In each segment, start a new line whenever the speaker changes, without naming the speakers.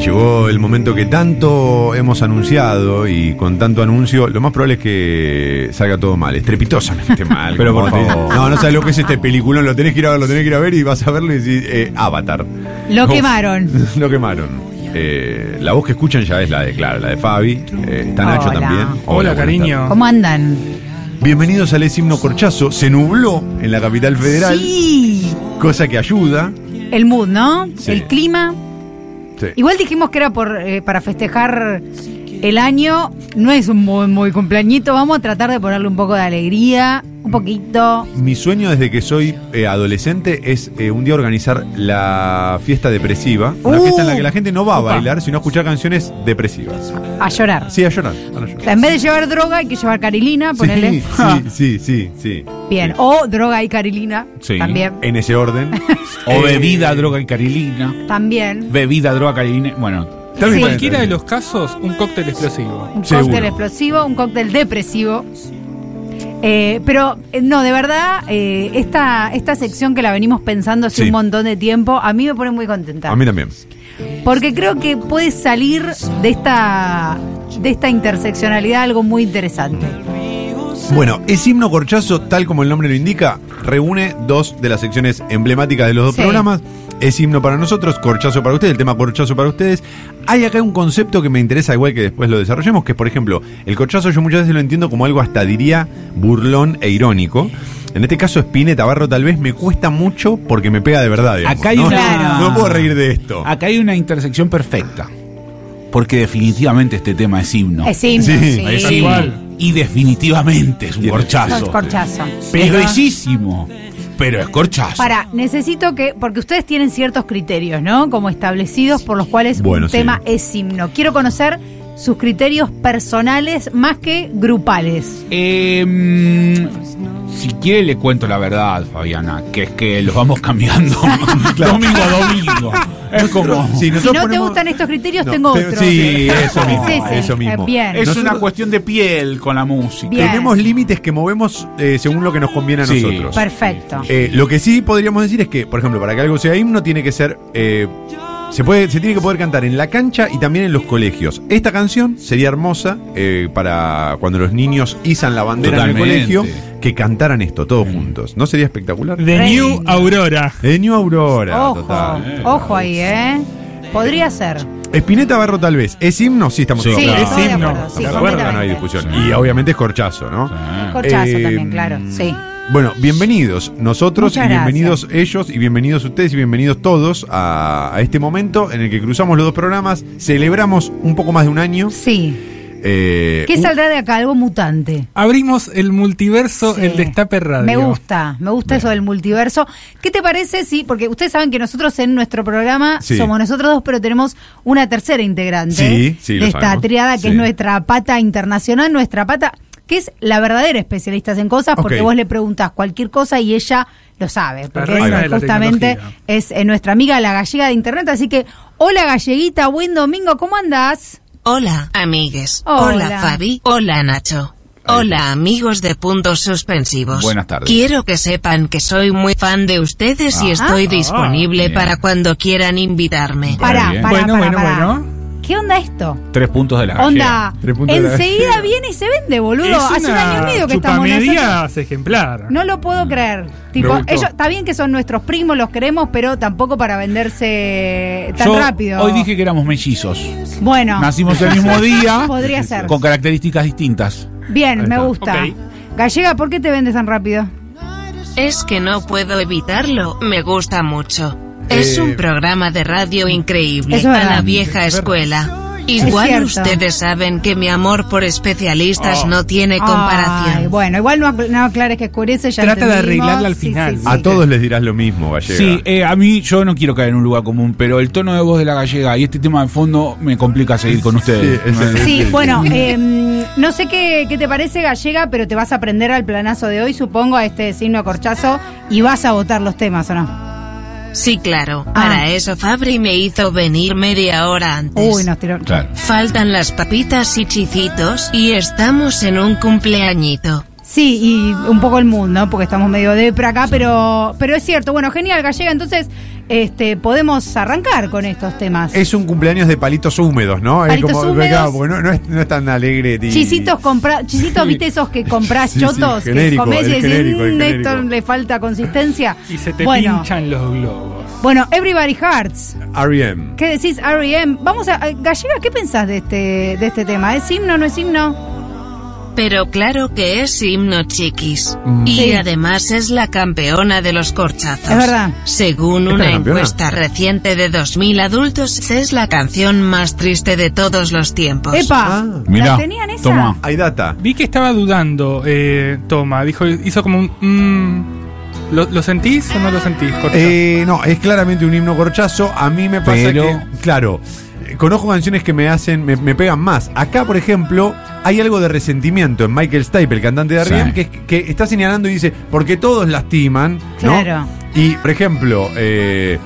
Llegó el momento que tanto hemos anunciado y con tanto anuncio, lo más probable es que salga todo mal, estrepitosamente mal.
Pero
como
por
te-
favor.
No, no sabes lo que es este peliculón, lo tenés que ir a ver, lo tenés que ir a ver y vas a verlo y decís, eh, Avatar.
Lo
Uf.
quemaron.
Lo quemaron. Eh, la voz que escuchan ya es la de Clara, la de Fabi. Eh, está Nacho
Hola.
también.
Hola,
buenas
cariño.
tardes.
¿Cómo andan?
Bienvenidos al Es Himno Corchazo. Se nubló en la capital federal,
Sí.
cosa que ayuda.
El mood, ¿no?
Sí.
El clima.
Sí.
Igual dijimos que era por, eh, para festejar el año. No es un muy, muy cumpleañito. Vamos a tratar de ponerle un poco de alegría. Un poquito.
Mi sueño desde que soy eh, adolescente es eh, un día organizar la fiesta depresiva. Una
Uh.
fiesta en la que la gente no va a
Upa.
bailar, sino a escuchar canciones depresivas.
A llorar.
Sí, a llorar. van a llorar.
O sea, en vez de llevar droga, hay que llevar carilina, ponele.
Sí, sí, sí, sí, sí.
Bien.
Sí.
O droga y carilina.
Sí.
También.
En ese orden. Eh,
O
Eh,
bebida, droga y carilina.
También.
Bebida, droga, carilina. Bueno,
Está bien,
Sí.
Cualquiera de los casos, un cóctel explosivo.
Un
Seguro.
cóctel explosivo, un cóctel depresivo. Eh, pero eh, no, de verdad, eh, esta, esta sección que la venimos pensando hace
Sí.
un montón de tiempo, a mí me pone muy contenta.
A mí también.
Porque creo que puede salir de esta, de esta interseccionalidad algo muy interesante.
Bueno, es himno corchazo, tal como el nombre lo indica, reúne dos de las secciones emblemáticas de los dos
Sí.
programas. Es himno para nosotros, corchazo para ustedes, el tema corchazo para ustedes. Hay acá un concepto que me interesa, igual que después lo desarrollemos, que es, por ejemplo, el corchazo yo muchas veces lo entiendo como algo hasta diría burlón e irónico. En este caso, Spinetta Barro tal vez me cuesta mucho porque me pega de verdad. digamos,
Acá hay
¿no?
una-
No puedo reír de esto.
acá hay una intersección perfecta. Porque definitivamente este tema es himno.
Es himno,
Sí,
sí.
Es himno.
Igual.
Y definitivamente es un
Tiene-
Cor-
corchazo.
Corchazo.
Es bellísimo, pero es corchazo.
Para, necesito que, porque ustedes tienen ciertos criterios, ¿no? Como establecidos por los cuales
Bueno,
un
sí.
tema es himno. Quiero conocer sus criterios personales más que grupales.
Eh, mm, si quiere le cuento la verdad, Fabiana, que es que los vamos cambiando domingo a domingo. Es como...
Sí,
Si no
nosotros
te
ponemos-
gustan estos criterios,
No,
tengo
te-
otros.
Sí, eso mismo.
Es ese.
Eso mismo.
Eh, Bien.
Es una
Nosotros-
cuestión de piel con la música.
Bien.
Tenemos límites que movemos eh, según lo que nos conviene a
Sí.
nosotros.
Perfecto.
Eh, lo que sí podríamos decir es que, por ejemplo, para que algo sea himno tiene que ser... eh, se, puede, se tiene que poder cantar en la cancha y también en los colegios. Esta canción sería hermosa eh, para cuando los niños izan la bandera en
Totalmente.
el colegio, que cantaran esto todos juntos. ¿No sería espectacular?
The
Rey.
New Aurora.
De New Aurora,
ojo,
total.
ojo ahí, ¿eh? Podría ser.
Espineta Barro tal vez. ¿Es himno? Sí, estamos
Sí,
de
Sí,
acuerdo.
estoy de
himno.
acuerdo. Sí,
De
Estamos de acuerdo, no hay
completamente.
discusión.
Sí.
Y obviamente es corchazo, ¿no?
Corchazo
Eh,
también, claro. Sí.
Bueno, bienvenidos nosotros
Muchas
y bienvenidos ellos y bienvenidos ustedes y bienvenidos todos a, a este momento en el que cruzamos los dos programas, celebramos un poco más de un año.
Sí.
eh,
¿Qué
un-
saldrá de acá? Algo mutante.
Abrimos el multiverso,
Sí.
el destape radio.
Me gusta, me gusta eso del multiverso. ¿Qué te parece si, porque ustedes saben que nosotros en nuestro programa
Sí.
somos nosotros dos, pero tenemos una tercera integrante
Sí, sí, lo
de esta
sabemos.
triada que
Sí.
es nuestra pata internacional, nuestra pata, que es la verdadera especialista en cosas, porque
Ok.
vos le preguntas cualquier cosa y ella lo sabe, porque
reina
es-
de la
justamente
tecnología.
es eh, nuestra amiga la gallega de internet, así que hola galleguita, buen domingo, ¿cómo andás?
Hola, amigues.
Hola.
Hola. Fabi. Hola, Nacho. Hola, amigos de puntos suspensivos.
Buenas tardes.
Quiero que sepan que soy muy fan de ustedes y
Ah.
estoy
Ah,
disponible
bien.
para cuando quieran invitarme.
Pa-
Pará,
bien.
pará,
Bueno,
pará,
bueno,
pará.
bueno.
¿Qué onda esto?
Tres puntos de la gallera.
Onda,
Tres puntos de la
enseguida viene y se vende, boludo. Hace un año y medio que estamos nosotros.
chupamedias ejemplar.
No lo puedo creer. Tipo,
Me gustó.
ellos, está bien que son nuestros primos, los queremos, pero tampoco para venderse tan
Yo
rápido.
Hoy dije que éramos mellizos.
bueno,
Nacimos el mismo día.
Podría ser.
Con características distintas.
bien, me
está.
gusta.
Ok.
Gallega, ¿por qué te vendes tan rápido?
Es que no puedo evitarlo, me gusta mucho. Es
Eh,
un programa de radio increíble,
Eso es
a
verdad.
la vieja escuela.
Es
Igual
cierto.
ustedes saben que mi amor por especialistas no tiene comparación.
Ay, bueno, igual no, acl- no aclares que oscurece, ya
Trata de
entendimos.
arreglarla al
Sí,
final.
sí, sí.
uh, a todos les dirás lo mismo, Gallega.
Sí, eh, a mí yo no quiero caer en un lugar común, pero el tono de voz de la gallega y este tema de fondo me complica seguir con ustedes.
Sí, es-
Sí, bueno, eh, no sé qué, qué te parece, Gallega, pero te vas a aprender al planazo de hoy, supongo, a este signo corchazo, y vas a votar los temas, ¿o no?
Sí, claro.
Ah.
Para eso Fabri me hizo venir media hora antes.
Uy, nos tiró.
Claro.
Faltan las papitas y chicitos y estamos en un cumpleañito.
Sí, y un poco el mood, ¿no? Porque estamos medio depre acá, pero, pero es cierto. Bueno, genial, Gallega. Entonces, este, podemos arrancar con estos temas.
Es un cumpleaños de palitos húmedos, ¿no? Es
Palitos húmedos.
claro, porque no, no es, no es tan alegre. ti-
Chisitos compra, chisitos,
Sí.
viste esos que compras
Sí, sí,
chotos, que
genérico,
comés y
el
decís,
genérico, el
"Mm, esto
genérico".
le falta consistencia.
Y se te
bueno,
pinchan los globos.
bueno, Everybody Hearts.
R.E.M.
¿Qué decís, R.E.M.? Vamos a. a- Gallega, ¿qué pensás de este, de este tema? ¿Es himno o no es himno?
Pero claro que es himno chiquis. Y
Mm. Sí.
además es la campeona de los corchazos.
Es verdad.
Según
¿Es la
una
campeona?
encuesta reciente de 2.000 adultos, es la canción más triste de todos los tiempos.
¡Epa!
Ah,
¿La
mirá,
tenían esa?
toma.
Hay data.
Vi que estaba dudando, eh, Toma. Dijo, hizo como un. mm, ¿lo, lo sentís o no lo sentís? Corcho?
Eh, no, es claramente un himno corchazo. A mí me pasa
Pero-
que, claro, eh, conozco canciones que me hacen, me, me pegan más. Acá, por ejemplo, hay algo de resentimiento en Michael Stipe, el cantante de
Sí.
R.E.M., que, que está señalando y dice, porque todos lastiman, ¿no?
Claro.
Y, por ejemplo, eh,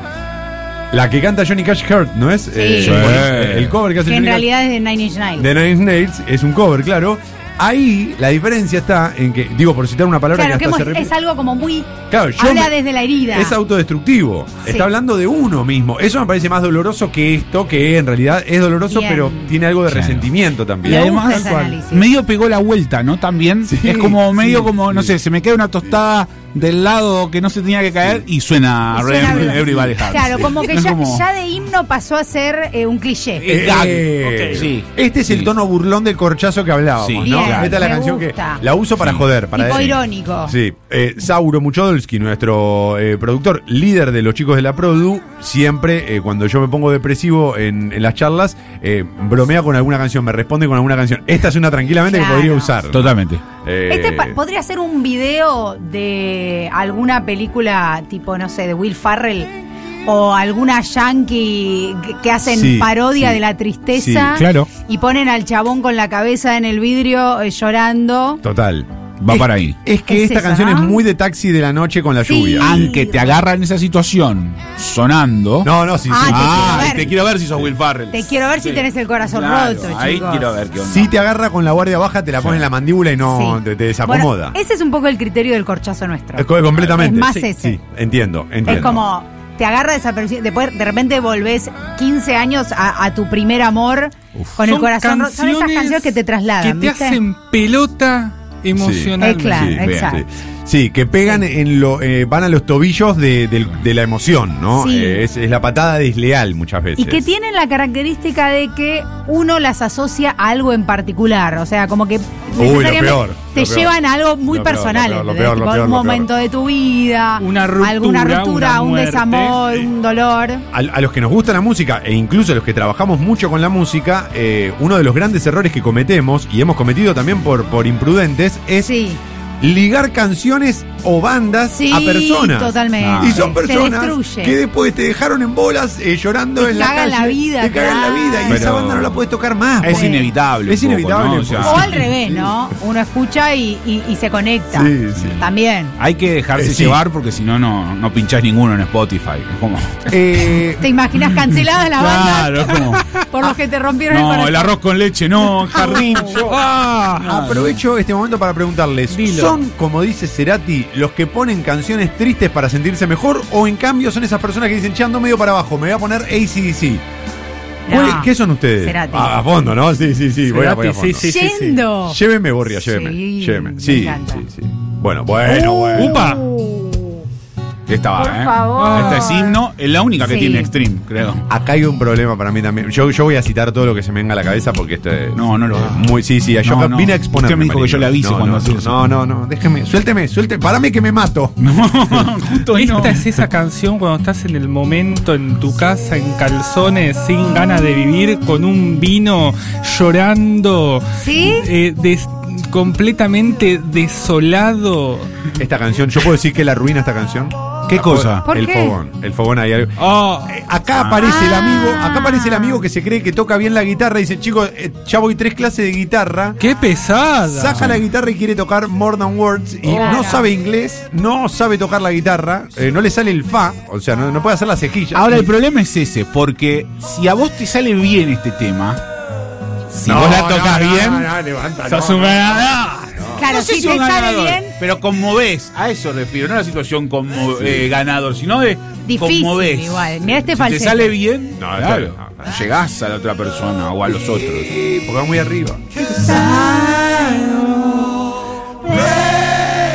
la que canta Johnny Cash Hurt, ¿no es? Eh,
Sí.
bueno, el cover que hace
Que en
Johnny Cash-
realidad es de Nine Inch Nails.
de Nine Inch Nails, es un cover, claro. Ahí la diferencia está en que, digo, por citar una palabra
Claro,
que
que
hasta se
hemos-
repite-
es algo como muy.
Claro, yo
habla
me-
desde la herida.
es autodestructivo.
Sí.
Está hablando de uno mismo. Eso me parece más doloroso que esto, que en realidad es doloroso,
Bien.
pero tiene algo de
Claro.
resentimiento
Y
Me
también.
gusta
además,
ese
tal cual.
análisis.
Medio pegó la vuelta, ¿no? También
Sí,
es como medio
sí,
como, no
sí.
sé, se me cae una tostada del lado que no se tenía que caer y suena,
Y
E
suena
Re-
bien.
Everybody Hearts.
Claro,
Sí.
como que
Es
ya,
como-
ya de himno pasó a ser eh, un cliché.
Eh,
Eh,
ok. Sí.
Este es el
Sí.
tono burlón del corchazo que hablábamos,
Sí,
¿no?
Bien,
Esta es la
me
canción
gusta.
que la uso para
Sí.
joder, para
tipo irónico.
Sí, eh, Sauro Muchodolski, nuestro eh, productor, líder de los chicos de la Produ, siempre eh, cuando yo me pongo depresivo en, en las charlas, eh, bromea con alguna canción, me responde con alguna canción. Esta es una tranquilamente
Claro.
que podría usar.
Totalmente.
Eh,
Este pa- podría ser un video de alguna película tipo, no sé, de Will Farrell o alguna yankee que- que hacen
Sí,
parodia
sí.
de la tristeza
Sí, claro.
y ponen al chabón con la cabeza en el vidrio eh, llorando.
Total.
Va
Es-
para ahí.
Es que
Es
esta
esa,
canción
¿no?
es muy de taxi de la noche con la
Sí. Ah,
lluvia.
Aunque te agarra en esa situación sonando.
No, no, sí,
Ah,
sí.
Ah,
quiero
y
ver.
te quiero ver si sos Will Farrell.
Te quiero ver si
Sí.
tenés el corazón
Claro,
roto,
Ahí
chicos.
quiero ver qué onda.
Si te agarra con la guardia baja, te la pone en la mandíbula y no
Sí.
te, te desacomoda.
Bueno, ese es un poco el criterio del corchazo nuestro.
Eh, co- completamente.
Es más
Sí,
ese.
sí, entiendo, entiendo.
Es como te agarra desapercibido, después de repente volvés 15 años a, a tu primer amor con el
Son
corazón roto. Son esas canciones que te trasladan.
Que te
¿viste?
hacen pelota emocionalmente.
Es claro,
bien,
exacto.
sí. Sí, que pegan en lo, eh, van a los tobillos de, del- de la emoción, ¿no?
Sí.
Eh, es, es la patada desleal muchas veces.
Y que tienen la característica de que uno las asocia a algo en particular. O sea, como que necesariamente
peor,
te
lo peor.
llevan a algo muy
Lo peor, lo
personal.
peor, lo
¿entendés?
peor, lo
Tipo,
peor,
un
lo peor.
momento de tu vida,
Una
alguna
ruptura,
ruptura,
una
un
muerte.
desamor, un dolor.
A, a los que nos gusta la música, e incluso a los que trabajamos mucho con la música, eh, uno de los grandes errores que cometemos, y hemos cometido también por, por imprudentes, es
Sí,
ligar canciones o bandas
sí,
a personas. Ah.
totalmente.
Y son personas
Te destruye.
que después te dejaron en bolas eh, llorando
Te
en la
cagan
calle.
la vida,
Te cagan
claro.
la vida. Y
Pero-
esa banda no la puedes tocar más.
Es
porque-
inevitable.
Es
un poco,
inevitable,
¿no? O sea,
O al revés, ¿no? Uno escucha y, y- y se conecta.
Sí, sí.
También.
Hay que dejarse
Eh, sí.
llevar porque si no, no no pinchás ninguno en Spotify. Es como.
Eh,
¿Te imaginas canceladas las bandas
Claro, es como.
por los que te rompieron el
No,
corazón?
el arroz con leche, no, jardín. yo- ah,
aprovecho este momento para preguntarles,
Dilo.
¿son, como dice Cerati, los que ponen canciones tristes para sentirse mejor o en cambio son esas personas que dicen, che, ando medio para abajo, me voy a poner ACDC?
No.
¿Qué son ustedes?
Cerati.
A, a fondo, ¿no? Sí, sí, sí. Voy a, voy a
Cerati, sí,
fondo.
sí, sí, sí.
Yendo.
Lléveme, Borria, lléveme.
Sí,
lléveme.
me
Sí,
encanta.
sí, sí. Bueno, bueno, bueno.
Uh. ¡Upa!
Uh.
Esta va,
Por
¿eh?
favor.
Esta es himno, es la única que
Sí.
tiene Extreme, creo.
Acá hay un problema para mí también. Yo, yo voy a citar todo lo que se me venga a la cabeza porque esto es
No, no lo hagas.
Muy, sí, sí, yo
No,
acá
no.
vine a exponer.
Usted me dijo que yo le avise
no,
cuando
no,
hace
no,
eso.
no, no, no, déjeme, suélteme, suélteme, parame que me mato.
No, justo hoy no.
Este
Esta es esa canción cuando estás en el momento, en tu casa, en calzones, sin ganas de vivir, con un vino, llorando,
¿Sí?
eh, des- completamente desolado.
Esta canción, yo puedo decir que la arruina esta canción.
¿Qué cosa?
¿Por
el
qué?
fogón, el fogón ahí. algo-
Oh,
Eh, Acá aparece el amigo,
Ah.
acá aparece el amigo que se cree que toca bien la guitarra y dice, chicos, eh, ya voy tres clases de guitarra.
¡Qué pesada!
Saca la guitarra y quiere tocar More Than Words y no sabe inglés, no sabe tocar la guitarra, eh, no le sale el fa, o sea, no, no puede hacer la cejilla.
Ahora el problema es ese, porque si a vos te sale bien este tema, si
No,
vos la
no,
tocas
no,
bien,
no, no, levanta,
sos
no,
un
no.
ganador.
Claro,
No sé
si
un
te sale
ganador,
bien, Ah,
Pero conmoves, a eso refiero, no a la situación como eh, ganador, sino de
Difícil,
conmovés.
igual. Mirá este
si
falsete.
te sale bien,
No,
claro, Ah,
claro, no, no.
llegás a la otra persona o a los otros.
Sí, porque va muy arriba.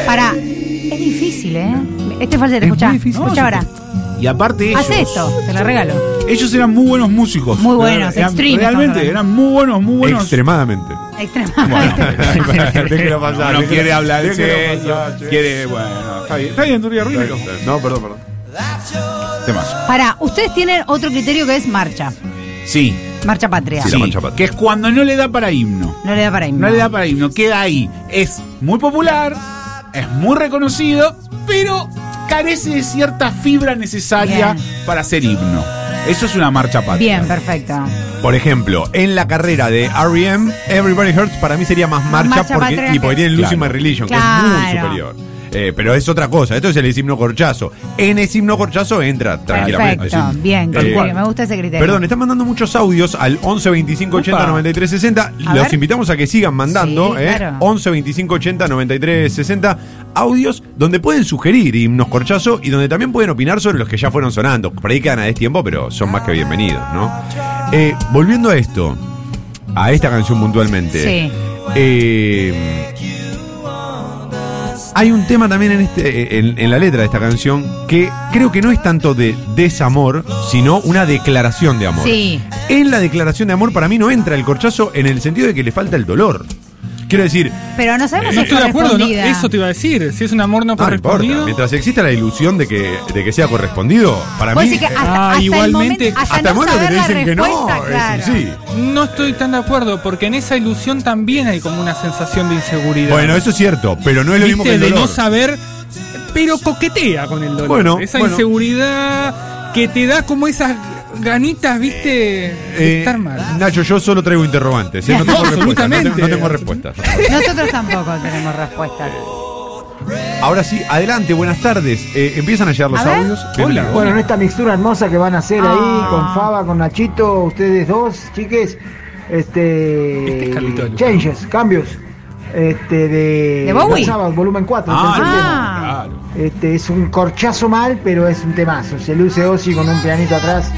pará. Es difícil, ¿eh? Este falsete, escuchá. Escuchá ahora.
Y aparte ellos,
Haz esto, te lo regalo.
ellos eran muy buenos músicos.
Muy buenos,
Eran-
extreme,
Realmente,
estamos
eran muy buenos, muy buenos.
Extremadamente.
Extremadamente.
Déjelo pasar,
No, no
déjelo-
quiere hablar en
déjelo
serio,
pasar, che.
quiere, bueno, está bien, está bien, Turia Ruinero.
No, perdón, perdón.
Temazo.
Pará, ustedes tienen otro criterio que es marcha.
Sí,
Marcha patria.
Sí, la
sí,
mancha patria.
que es cuando no le da para himno.
No le da para irme.
No le da para himno, queda ahí. Es muy popular, es muy reconocido, pero carece de cierta fibra necesaria
Bien.
para ser himno. Eso es una marcha patria.
Bien, perfecto.
Por ejemplo, en la carrera de R.E.M., Everybody Hurts para mí sería más marcha,
Marcha
porque,
patria
y porque tiene Losing
Claro.
My Religion, que es muy
Claro.
superior. Eh, pero es otra cosa, esto es el himno corchazo. En ese himno corchazo entra tranquilamente. Eh,
Perfecto.
Sí.
Bien,
Tal
criterio.
cual.
Me gusta ese criterio.
Perdón, están mandando muchos audios al 11 25 80
Opa.
93 60.
A
Los
ver.
invitamos a que sigan mandando,
Sí,
¿eh?
claro.
11 25 80 93 60. Audios donde pueden sugerir himnos corchazo y donde también pueden opinar sobre los que ya fueron sonando. Por ahí quedan a destiempo, pero son más que bienvenidos, ¿no? Eh, volviendo a esto, a esta canción puntualmente.
Sí.
Eh, hay un tema también en, este, en, en la letra de esta canción que creo que no es tanto de desamor, sino una declaración de amor.
Sí.
En la declaración de amor para mí no entra el corchazo en el sentido de que le falta el dolor. Quiero decir,
Pero no sabemos
Eh, No
si es
estoy de acuerdo, ¿no?
correspondida.
eso te iba a decir. Si es un amor no
no importa,
correspondido.
mientras exista la ilusión de que, de que sea correspondido, para
Vos
mí...
decís que
eh,
hasta,
Ah,
hasta
igualmente,
el momento, hasta,
hasta el
no
momento que
saber
te
la
dicen que no,
respuesta,
es-
claro.
sí.
No estoy tan de acuerdo, porque en esa ilusión también hay como una sensación de inseguridad.
Bueno, eso es cierto, pero no es lo mismo que
Viste,
el
de
dolor.
no saber, pero coquetea con el dolor.
Bueno,
esa
bueno.
inseguridad que te da como esas ganitas, viste, de
Eh,
estar mal.
Nacho, yo solo traigo interrogantes, ¿eh? no, tengo respuestas, no tengo- no tengo respuestas.
Nosotros tampoco tenemos respuesta.
Ahora sí, adelante, buenas tardes. Eh, empiezan a llegar los
A ver.
audios. Hola.
Bueno, en esta mixtura hermosa que van a hacer
Ah.
ahí con Faba, con Nachito, ustedes dos, chiques,
Este
este,
es Carlito de Luca.
changes, cambios, este de,
¿De Bowie?
Black Sabbath, volumen 4.
Ah,
tercer
Ah.
no,
tema. Este es un corchazo mal, pero es un temazo. Se luce Ozzy con un pianito atrás.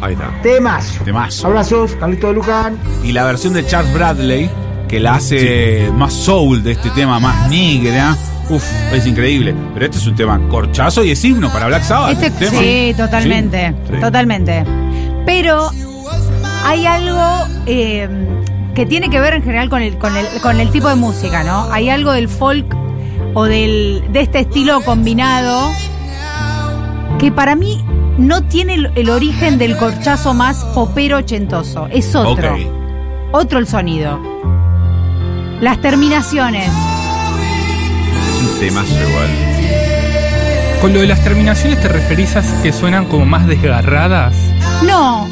Ahí está.
Temazo.
Temazo.
Abrazos, Carlito de Lucan.
claro. Y la versión de Charles Bradley, que la hace más soul de este tema, más negra. Uf, es increíble. Pero este es un tema corchazo y es himno para Black Sabbath.
Este-
este tema.
sí, totalmente,
Sí, sí.
totalmente. Pero hay algo eh, que tiene que ver en general con el, con, el, con el tipo de música, ¿no? Hay algo del folk o del, de este estilo combinado que para mí no tiene el, el origen del corchazo más popero ochentoso. Es otro.
Ok.
Otro el sonido. Las terminaciones.
Es un temazo igual.
Con lo de las terminaciones, ¿te referís a que suenan como más desgarradas?
No,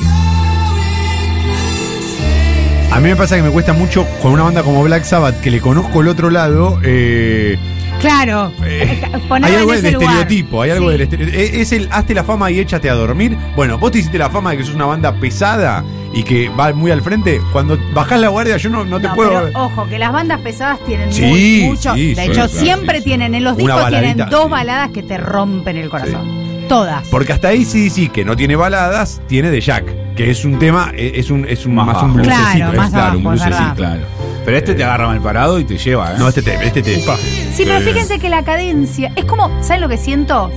A mí me pasa que me cuesta mucho con una banda como Black Sabbath, que le conozco el otro lado. eh,
claro.
Eh,
Ponerlo
hay algo
en
del
ese lugar.
estereotipo, hay algo
Sí.
del estereotipo. Es el hazte la fama y échate a dormir. Bueno, vos te hiciste la fama de que sos una banda pesada y que va muy al frente. Cuando bajás la guardia, yo no, no te
No,
puedo.
pero ojo, que las bandas pesadas tienen
Sí,
muy- mucho.
sí,
de
sí,
hecho,
claro,
siempre tienen, en los
Una
discos tienen
baladita,
dos
sí.
baladas que te rompen el corazón. Todas.
Porque hasta ahí sí sí que no tiene baladas, tiene de Jack, que es un tema, eh, es un, es un
Más
más, un
bajo.
bluesecito.
Claro,
¿eh?
Claro,
más
un
abajo, es
blues así,
verdad.
claro. Pero este te agarra mal parado y te lleva, ¿eh?
No, este tema, este tema.
Sí, pero fíjense que la cadencia es como, ¿saben lo que siento?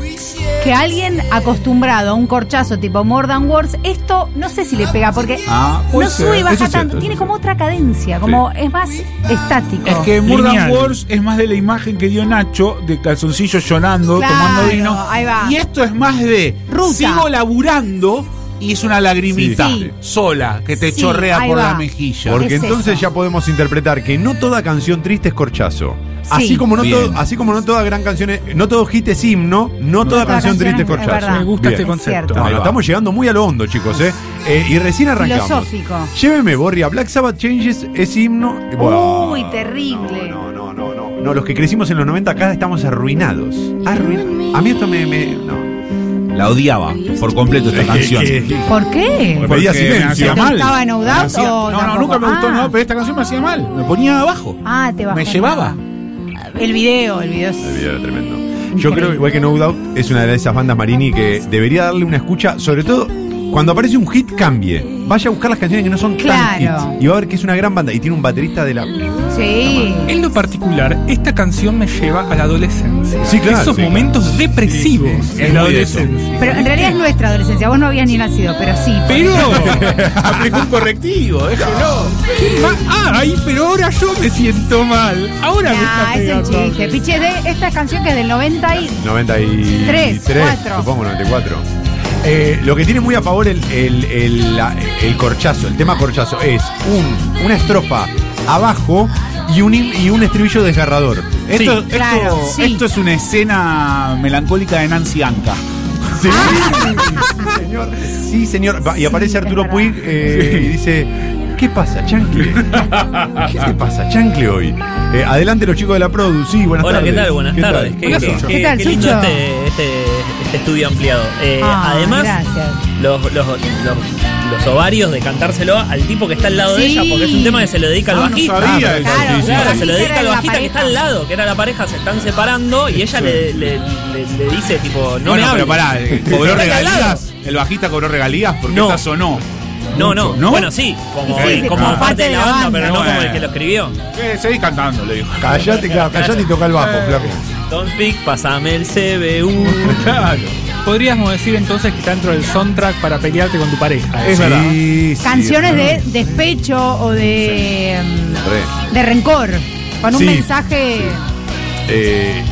Que alguien acostumbrado a un corchazo tipo More Than Words, esto no sé si le pega porque
Ah, puede
no
ser.
sube y baja
Eso es
tanto.
cierto,
tiene
eso es
como otra cadencia, como es más estático.
Es que
Lineal.
Murder Wars es más de la imagen que dio Nacho de calzoncillo llorando,
Claro,
tomando vino.
ahí va.
Y esto es más de
Ruta.
sigo laburando y es una lagrimita
Sí. Sí.
sola que te
Sí,
chorrea
ahí
por
va.
la mejilla.
Porque
Es
entonces
eso.
ya podemos interpretar que no toda canción triste es corchazo. Así, como no
Bien.
todo, así como no toda gran canción es, no todo hit es himno, no toda
toda
canción
canción
triste es
es- es
corchazo.
verdad.
Me gusta
Bien.
este
Es
concepto.
No,
Ahí
no,
va.
estamos llegando muy a lo hondo, chicos, ¿eh? Eh, y recién arrancamos.
Filosófico.
Lléveme, Borri, a Black Sabbath Changes es himno. Buah.
Uy, terrible.
No, no, no, no, no. No, los que crecimos en los 90 acá estamos arruinados. Arruinados. A mí esto me. me- no.
La odiaba por completo esta canción.
¿Por qué?
Porque
Pedía
me
silencio.
hacía
¿Te
mal.
gustaba No
Me
Doubt
hacía- no,
o
no,
tampoco?
nunca me gustó
Ah.
No, pero esta canción me hacía mal. Me ponía abajo.
Ah, te bajó.
me llevaba.
El video, el video es.
El video era tremendo. Yo creo, igual que No Doubt, es una de esas bandas Marini que debería darle una escucha, sobre todo cuando aparece un hit, cambie. Vaya a buscar las canciones que no son tan
Claro.
hits. Y va a ver que es una gran banda. Y tiene un baterista de la.
Sí.
En lo particular, esta canción me lleva a la adolescencia.
Sí, claro,
Esos
sí,
momentos depresivos
Sí, sí, sí,
en la
muy de eso.
adolescencia.
Pero en realidad es nuestra adolescencia. Vos no habías ni nacido, pero sí.
Pero.
Aplicó un correctivo, déjalo.
ma- Ah, ¡Ay, pero ahora yo me siento mal! Ahora
Ah,
me
es
está
un
pegando.
chiste. Piche, de esta canción que es del 90 y.
93,
Tres, cuatro.
supongo, 94. Eh, lo que tiene muy a favor el, el- el- la- el corchazo, el tema corchazo, es un, una estrofa abajo y un, im- y un estribillo desgarrador.
Esto, esto-
claro, sí.
esto es una escena melancólica de Nancy Anca.
Sí, señor. Sí, señor. Va, Y aparece Arturo Puig eh, y dice: ¿Qué pasa, Chancle? ¿Qué te pasa, Chancle, hoy? Eh, adelante, los chicos de la Produ. Sí, buenas
Hola,
tardes.
¿qué tal? Buenas tardes.
tal?
Qué,
Hola,
qué-
Sucho.
qué-
¿Qué tal,
qué lindo
Sucho?
este, este- este estudio ampliado. Eh,
Ah,
además,
gracias.
los, los- los- los ovarios de cantárselo al tipo que está al lado de
Sí.
ella, porque es un tema que se lo dedica al
Ah, no
bajista.
sabía
Ah,
eso. Sí,
claro,
sí.
Claro,
Para
se
mí
lo
que
dedica
era
al
la
bajista que
pareja.
está al lado, que era la pareja, se están separando y ella le, le- le- le dice tipo,
Ah,
no
bueno,
me
pero
hables.
pará, eh, ¿cobró
Está al
regalías? ¿El bajista cobró regalías? Porque
No.
esta sonó.
No, no,
¿No?
Bueno, sí, como,
Sí,
como
como
parte de la banda, pero no
Bueno.
como el que lo escribió.
Eh, seguí cantando, le dijo.
Callate, claro, callate y toca el bajo, flaco.
Don't pick, pasame el CBU.
Claro.
Podríamos decir entonces que está dentro del soundtrack para pelearte con tu pareja.
Sí,
verdad.
sí,
Canciones
re.
de despecho o de.
Re.
mm, de rencor. Con un
Sí.
mensaje.
Eh,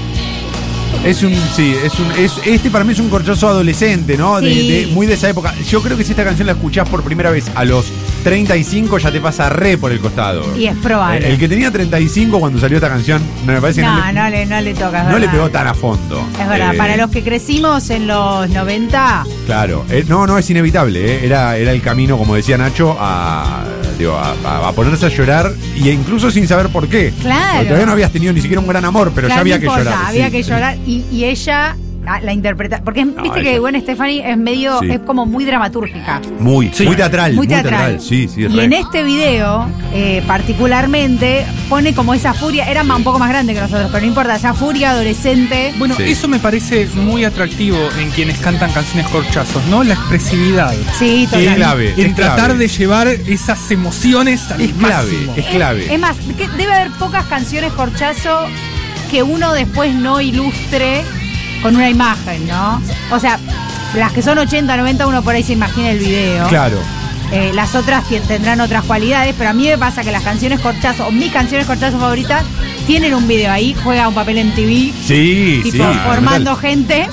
es un, sí, es un, es, este para mí es un corchazo adolescente, ¿no? De-
Sí.
De, muy de esa época. Yo creo que si esta canción la escuchás por primera vez a los 35 ya te pasa re por el costado.
Y es probable.
Eh, El que tenía 35 cuando salió esta canción, no me parece que
No,
no, le,
no le, no le toca. es
no le
verdad.
pegó tan a fondo.
Es verdad,
Eh,
para los que crecimos en los 90,
Claro, Eh, no, no, es inevitable, eh. era, era el camino, como decía Nacho, a, digo, a, a- a ponerse a llorar, y e incluso sin saber por qué.
Claro.
Porque todavía no habías tenido ni siquiera un gran amor, pero
claro,
ya había
no
que
importa,
llorar.
Había
sí.
que llorar y, y ella la, la interpreta. Porque es-
No,
viste
ella-
que Gwen Stefani es medio,
Sí.
es como muy dramatúrgica.
Muy, muy teatral,
Muy teatral.
Sí, sí,
y
re.
en este video, eh, particularmente, pone como esa furia, era más- un poco más grande que nosotros, pero no importa, esa furia adolescente.
Bueno,
Sí.
eso me parece muy atractivo en quienes cantan canciones corchazos, ¿no? La expresividad.
Sí,
Es
total.
clave.
En
es
tratar
clave.
de llevar esas emociones al
Es clave,
máximo.
es clave.
Eh, Es más, que debe haber pocas canciones corchazo que uno después no ilustre con una imagen, ¿no? O sea, las que son 80, 90, uno por ahí se imagina el video.
Claro.
Eh, las otras tien- tendrán otras cualidades, pero a mí me pasa que las canciones corchazo, o mis canciones corchazo favoritas, tienen un video ahí, juega un papel en TV,
Sí,
tipo
sí.
formando gente.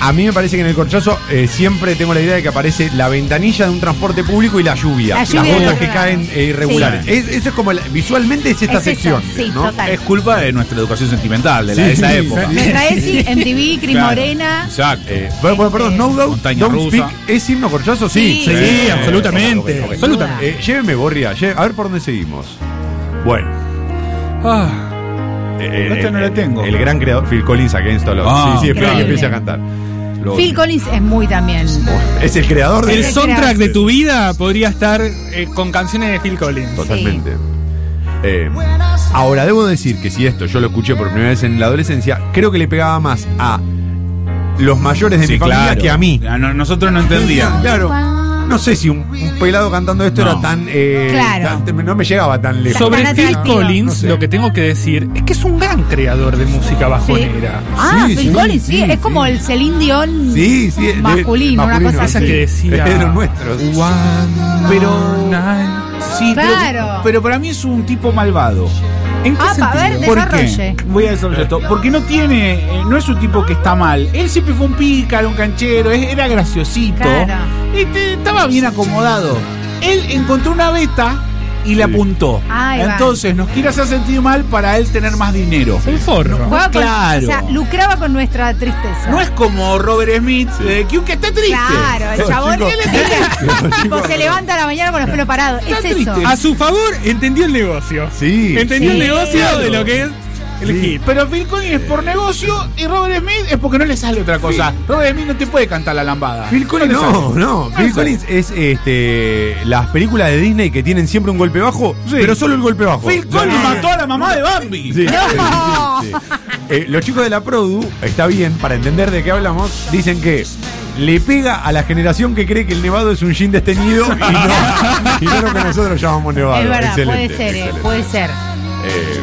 A mí me parece que en el corchazo eh, siempre tengo la idea de que aparece la ventanilla de un transporte público y la lluvia.
La lluvia
las gotas
de
que
verdad.
caen eh, irregulares.
Sí.
Es- eso es como, la- visualmente es esta
Es eso,
sección.
sí,
¿no?
total.
Es culpa de nuestra educación sentimental, de, la- de esa
Sí,
época.
sí.
Nuestra Esi, MTV, Cris
Claro,
Morena.
Exacto.
Eh, bueno, bueno, perdón, No Doubt,
Montaña
Don't
rusa.
Speak, ¿es himno corchazo? Sí.
Sí.
Sí,
Eh,
absolutamente.
ok, ok.
absolutamente.
Eh, lléveme, Borria, lle- a ver por dónde seguimos. Bueno,
Ah,
eh,
Esta este no la tengo.
El gran creador, Phil Collins, Against All Odds.
Ah,
sí, sí, espera que
increíble.
empiece a cantar. Lo-
Phil Collins es muy también.
es el creador de
el
Ese
soundtrack
creador.
de tu vida podría estar eh, con canciones de Phil Collins.
Totalmente. Eh, ahora, debo decir que si esto yo lo escuché por primera vez en la adolescencia, creo que le pegaba más a los mayores de
Sí,
mi familia
claro.
que a mí.
Ah, no, nosotros no entendíamos.
Claro. No sé si un, un pelado cantando esto
No.
era tan, eh,
Claro.
tan- No me llegaba tan lejos.
Sobre
Tan
Phil
atractivo.
Collins,
No sé.
lo que tengo que decir es que es un gran creador de música bajonera.
Ah,
Sí,
Phil
sí,
Collins, sí,
sí,
es como
sí.
el Celine Dion
Sí, sí. eh, de-
masculino, una cosa
Esa
así.
que decía.
De los nuestros.
Pero.
Sí, pero-
Claro.
pero, para mí es un tipo malvado.
¿En qué
Ah, pa- a
sentido?
ver,
¿Por
desarrolle.
qué? Voy a desarrollar esto. Porque no tiene, eh, no es un tipo que está mal. Él siempre fue un pícaro, un canchero, es- era graciosito.
Claro.
Este, estaba bien acomodado. Él encontró una beta y le
Sí.
apuntó.
Ahí va.
Entonces nos quiere hacer sentir mal para él tener más dinero.
Un forro.
Jugaba con-
Claro.
o sea, lucraba con nuestra tristeza.
No es como Robert Smith, eh, que un que está triste.
Claro, el
Los
chabón
chicos-
Mira, tipo, se levanta a la mañana con los pelos parados. Es
Está
eso.
triste.
A su favor, entendió el negocio.
Sí.
Entendió
Sí.
el negocio de lo que es
El hit. Pero Phil Collins es por negocio y Robert Smith es porque no le sale otra cosa. Robert Smith no te puede cantar la lambada.
Phil Collins
le
no,
sale.
no. Phil
le sale.
Collins es este, las películas de Disney que tienen siempre un golpe bajo, pero solo el golpe bajo.
Phil Collins mató a la mamá de Bambi.
Sí.
Ah,
Sí, sí. Eh, los chicos de la Produ, está bien, para entender de qué hablamos, dicen que le pega a la generación que cree que el nevado es un jean desteñido y no, y no lo que nosotros llamamos nevado.
es verdad,
Excelente,
puede ser, eh,
excelente.
puede ser.
Eh,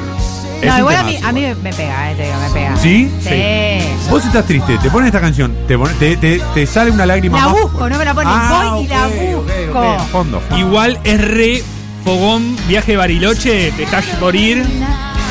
es
No,
un
igual a
temazo,
mí, a mí me pega, eh, te digo, me pega.
¿Sí?
Sí.
Vos estás triste, te pones esta canción, te, pone- te, te- te sale una lágrima.
La
más
busco,
fuerte.
no me la ponen.
Ah,
Voy y la busco.
ok, ok, ok, a Fondo, fondo.
Igual es re fogón, viaje bariloche, te estás por ir.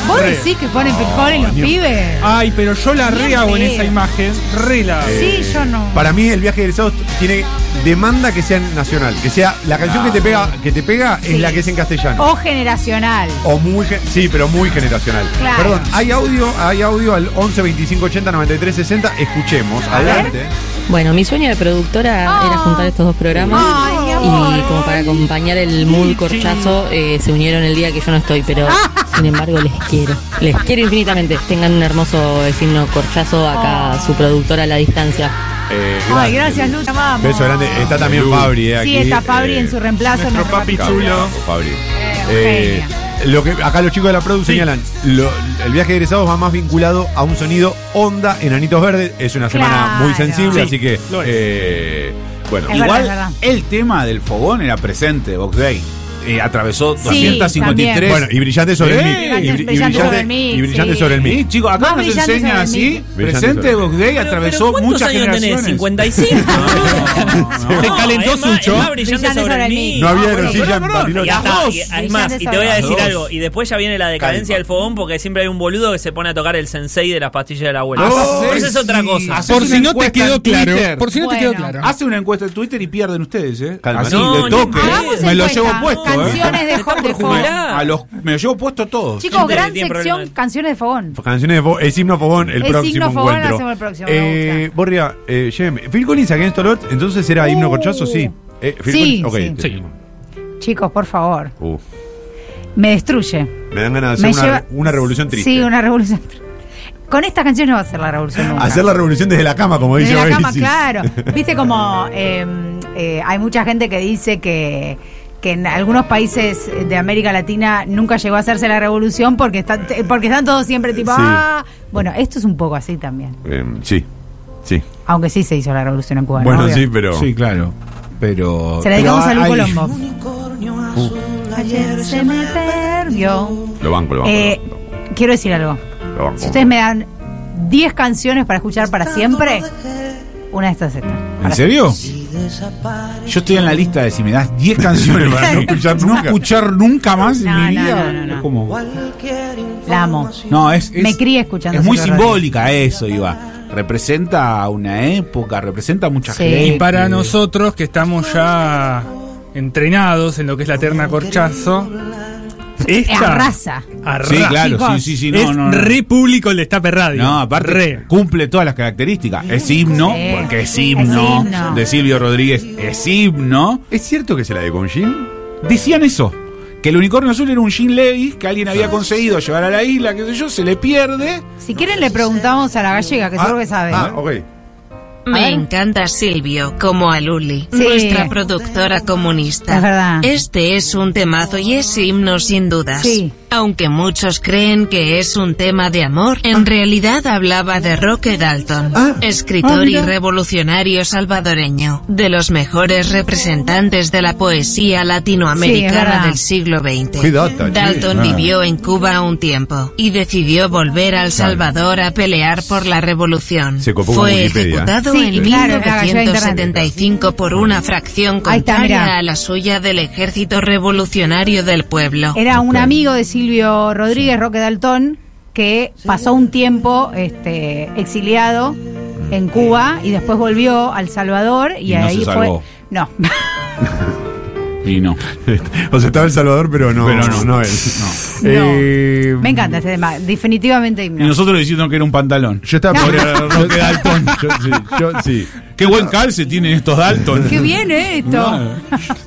¿Vos
Re.
decís que ponen Phil Collins los
ni-
pibes?
Ay, pero yo la
Bien
re hago en
pedo.
esa imagen. Re la hago.
Sí, yo no.
Para mí el viaje del sábado tiene demanda que sea nacional, que sea la canción que te pega, que te pega es
Sí.
la que es en castellano.
O generacional.
O muy, gen- sí, pero muy generacional.
Claro.
Perdón, hay audio, hay audio al 11 25 80 93 60. Escuchemos, adelante.
Bueno, mi sueño de productora
Ah.
era juntar estos dos programas
Ay, mi amor.
y como para acompañar el mood corchazo eh, se unieron el día que yo no estoy, pero sin embargo les quiero. Les quiero infinitamente. Tengan un hermoso vecino corchazo acá,
Oh.
su productora a la distancia.
Eh,
Ay, gracias, Lucha, vamos.
Beso grande. Está también
Lu.
Fabri. eh,
Sí,
aquí,
está Fabri
eh,
en su reemplazo.
nuestro
nuestro
papi
papi.
chulo.
Capo, Fabri.
Eh,
Eh, lo que, acá los chicos de la Produ señalan, lo- el viaje de egresados va más vinculado a un sonido onda enanitos verdes. Es una semana
Claro.
muy sensible,
Sí,
así que.
lo es.
eh, bueno,
Es
Igual
verdad, es
el tema del fogón era presente, Box Day. Eh, atravesó
Sí,
253.
también.
Bueno, y brillante sobre
Eh,
el mic. Y, br- y
brillante sobre el mic,
y brillante
sí.
sobre el
Sí,
mic.
chicos, acá
Más
nos
brillante
enseñan
sobre el
así.
mí. Brillante
Presente
sobre
Box Day
Pero- pero
atravesó
¿cuántos
muchas
años tenés?
generaciones.
55.
no.
Se calentó
es más-
Sucho.
es más brillante
Brillante
sobre
sobre
el
mí.
mí.
No había
bueno,
grosilla
perdón,
en
perdón,
Y
Bariloche.
ya está, y-
Brillante
es más, y te
sobre
voy a
las
decir
dos.
algo. Y después ya viene la decadencia
Calma.
del fogón, porque siempre hay un boludo que se pone a tocar el sensei de las pastillas de la abuela.
Ah,
Pero
sí.
esa es otra cosa.
Haces
Por
una
si no te
encuesta en
quedó claro.
Twitter.
Por si no te
Bueno.
quedó claro. Ah,
Hace una encuesta en Twitter y pierden ustedes, ¿eh?
Calma.
Así,
No,
de
ni
toque.
pedo.
Me lo
Hagamos
llevo
encuesta.
puesto,
Canciones
¿eh?
de
Está
Hot
por
de
jubilar.
Fogón.
A los, me lo llevo puesto a todos.
Chicos,
Tiene-
gran
tiene
sección,
problemas.
canciones de Fogón.
Canciones de fo- el signo fogón, el,
El
próximo
signo fogón
encuentro.
hacemos el próximo, me
eh, Borria, eh, lléveme. Phil Collins Against the Lord, entonces era himno
Uh.
corchazo, sí. Eh, Phil
Sí,
Collins, ok,
sí.
te-
Chicos, por favor,
Uh,
me destruye.
me dan ganas de
Me
hacer una,
lleva-
una revolución triste.
Sí, una revolución. Con esta canción no va a ser la revolución nunca.
Hacer la revolución desde la cama, como dice
Desde la
Oasis.
cama, claro. Viste como eh, eh, hay mucha gente que dice que, que en algunos países de América Latina nunca llegó a hacerse la revolución porque están, porque están todos siempre tipo,
Sí.
ah, bueno, esto es un poco así también.
Eh, sí, sí.
Aunque sí se hizo la revolución en Cuba. ¿no?
Bueno,
Obvio.
sí, pero.
Sí, claro. Pero.
Se la dedicamos
pero
a Lu
hay-
Colombo.
Uh.
Ayer se me perdió.
Lo banco, lo banco.
Eh,
lo banco,
quiero decir algo.
lo banco.
Si ustedes me dan 10 canciones para escuchar para siempre, una de estas es esta.
¿En serio? Yo estoy en la lista de si me das 10 canciones para no escuchar nunca, no escuchar nunca más
No,
en mi
no,
vida.
no, no, no.
Es como-
La amo.
No, es, es-
Me crié escuchando
Es muy
Silvio
simbólica eso, Iba. Representa una época, representa mucha
Sí.
gente.
Y para nosotros que estamos ya entrenados en lo que es la terna corchazo, esta
Arrasa.
arrasa.
Sí, claro,
Chicos,
sí, sí, sí. No,
es
no, no.
re público el destape radio.
No, aparte
Re.
cumple todas las características. Es himno,
Sí.
porque es himno,
Es himno.
de Silvio Rodríguez, es himno.
¿Es cierto que se la de con Jim?
Decían eso, que el unicornio azul era un Jean Levis que alguien había conseguido llevar a la isla, qué sé yo, se le pierde.
Si quieren le preguntamos a la gallega, que seguro que sabe.
Ah, ok.
Me encanta Silvio, como a Luli,
Sí.
nuestra productora comunista.
Es verdad.
Este es un temazo y es himno sin dudas.
Sí.
Aunque muchos creen que es un tema de amor, en
Ah.
realidad hablaba de Roque Dalton, escritor y revolucionario salvadoreño, de los mejores representantes de la poesía
Sí, es
latinoamericana
verdad.
del siglo XX.
Qué data, che.
Dalton vivió en Cuba un tiempo y decidió volver al Salvador a pelear por la revolución.
Se copó con
Fue
Wikipedia.
ejecutado
Sí,
en
claro, es la gallina de internet.
1975 por una fracción
Ahí está, mirá.
contraria a la suya del Ejército Revolucionario del Pueblo.
Era un amigo de Silvio Rodríguez, Roque Daltón, que pasó un tiempo este, exiliado
Mm.
en Cuba y después volvió al Salvador y,
Y no
ahí
se
fue.
salvó.
No.
Y no.
O sea, estaba El Salvador, pero no,
Pero no.
no, él.
No.
Eh,
Me encanta este tema, definitivamente
Y
himno.
nosotros diciendo que era un pantalón.
Yo estaba
Pobre Roque Dalton. Eh,
Yo- sí, yo- sí.
Qué buen calce tienen estos Dalton.
Qué bien eh, esto.
No.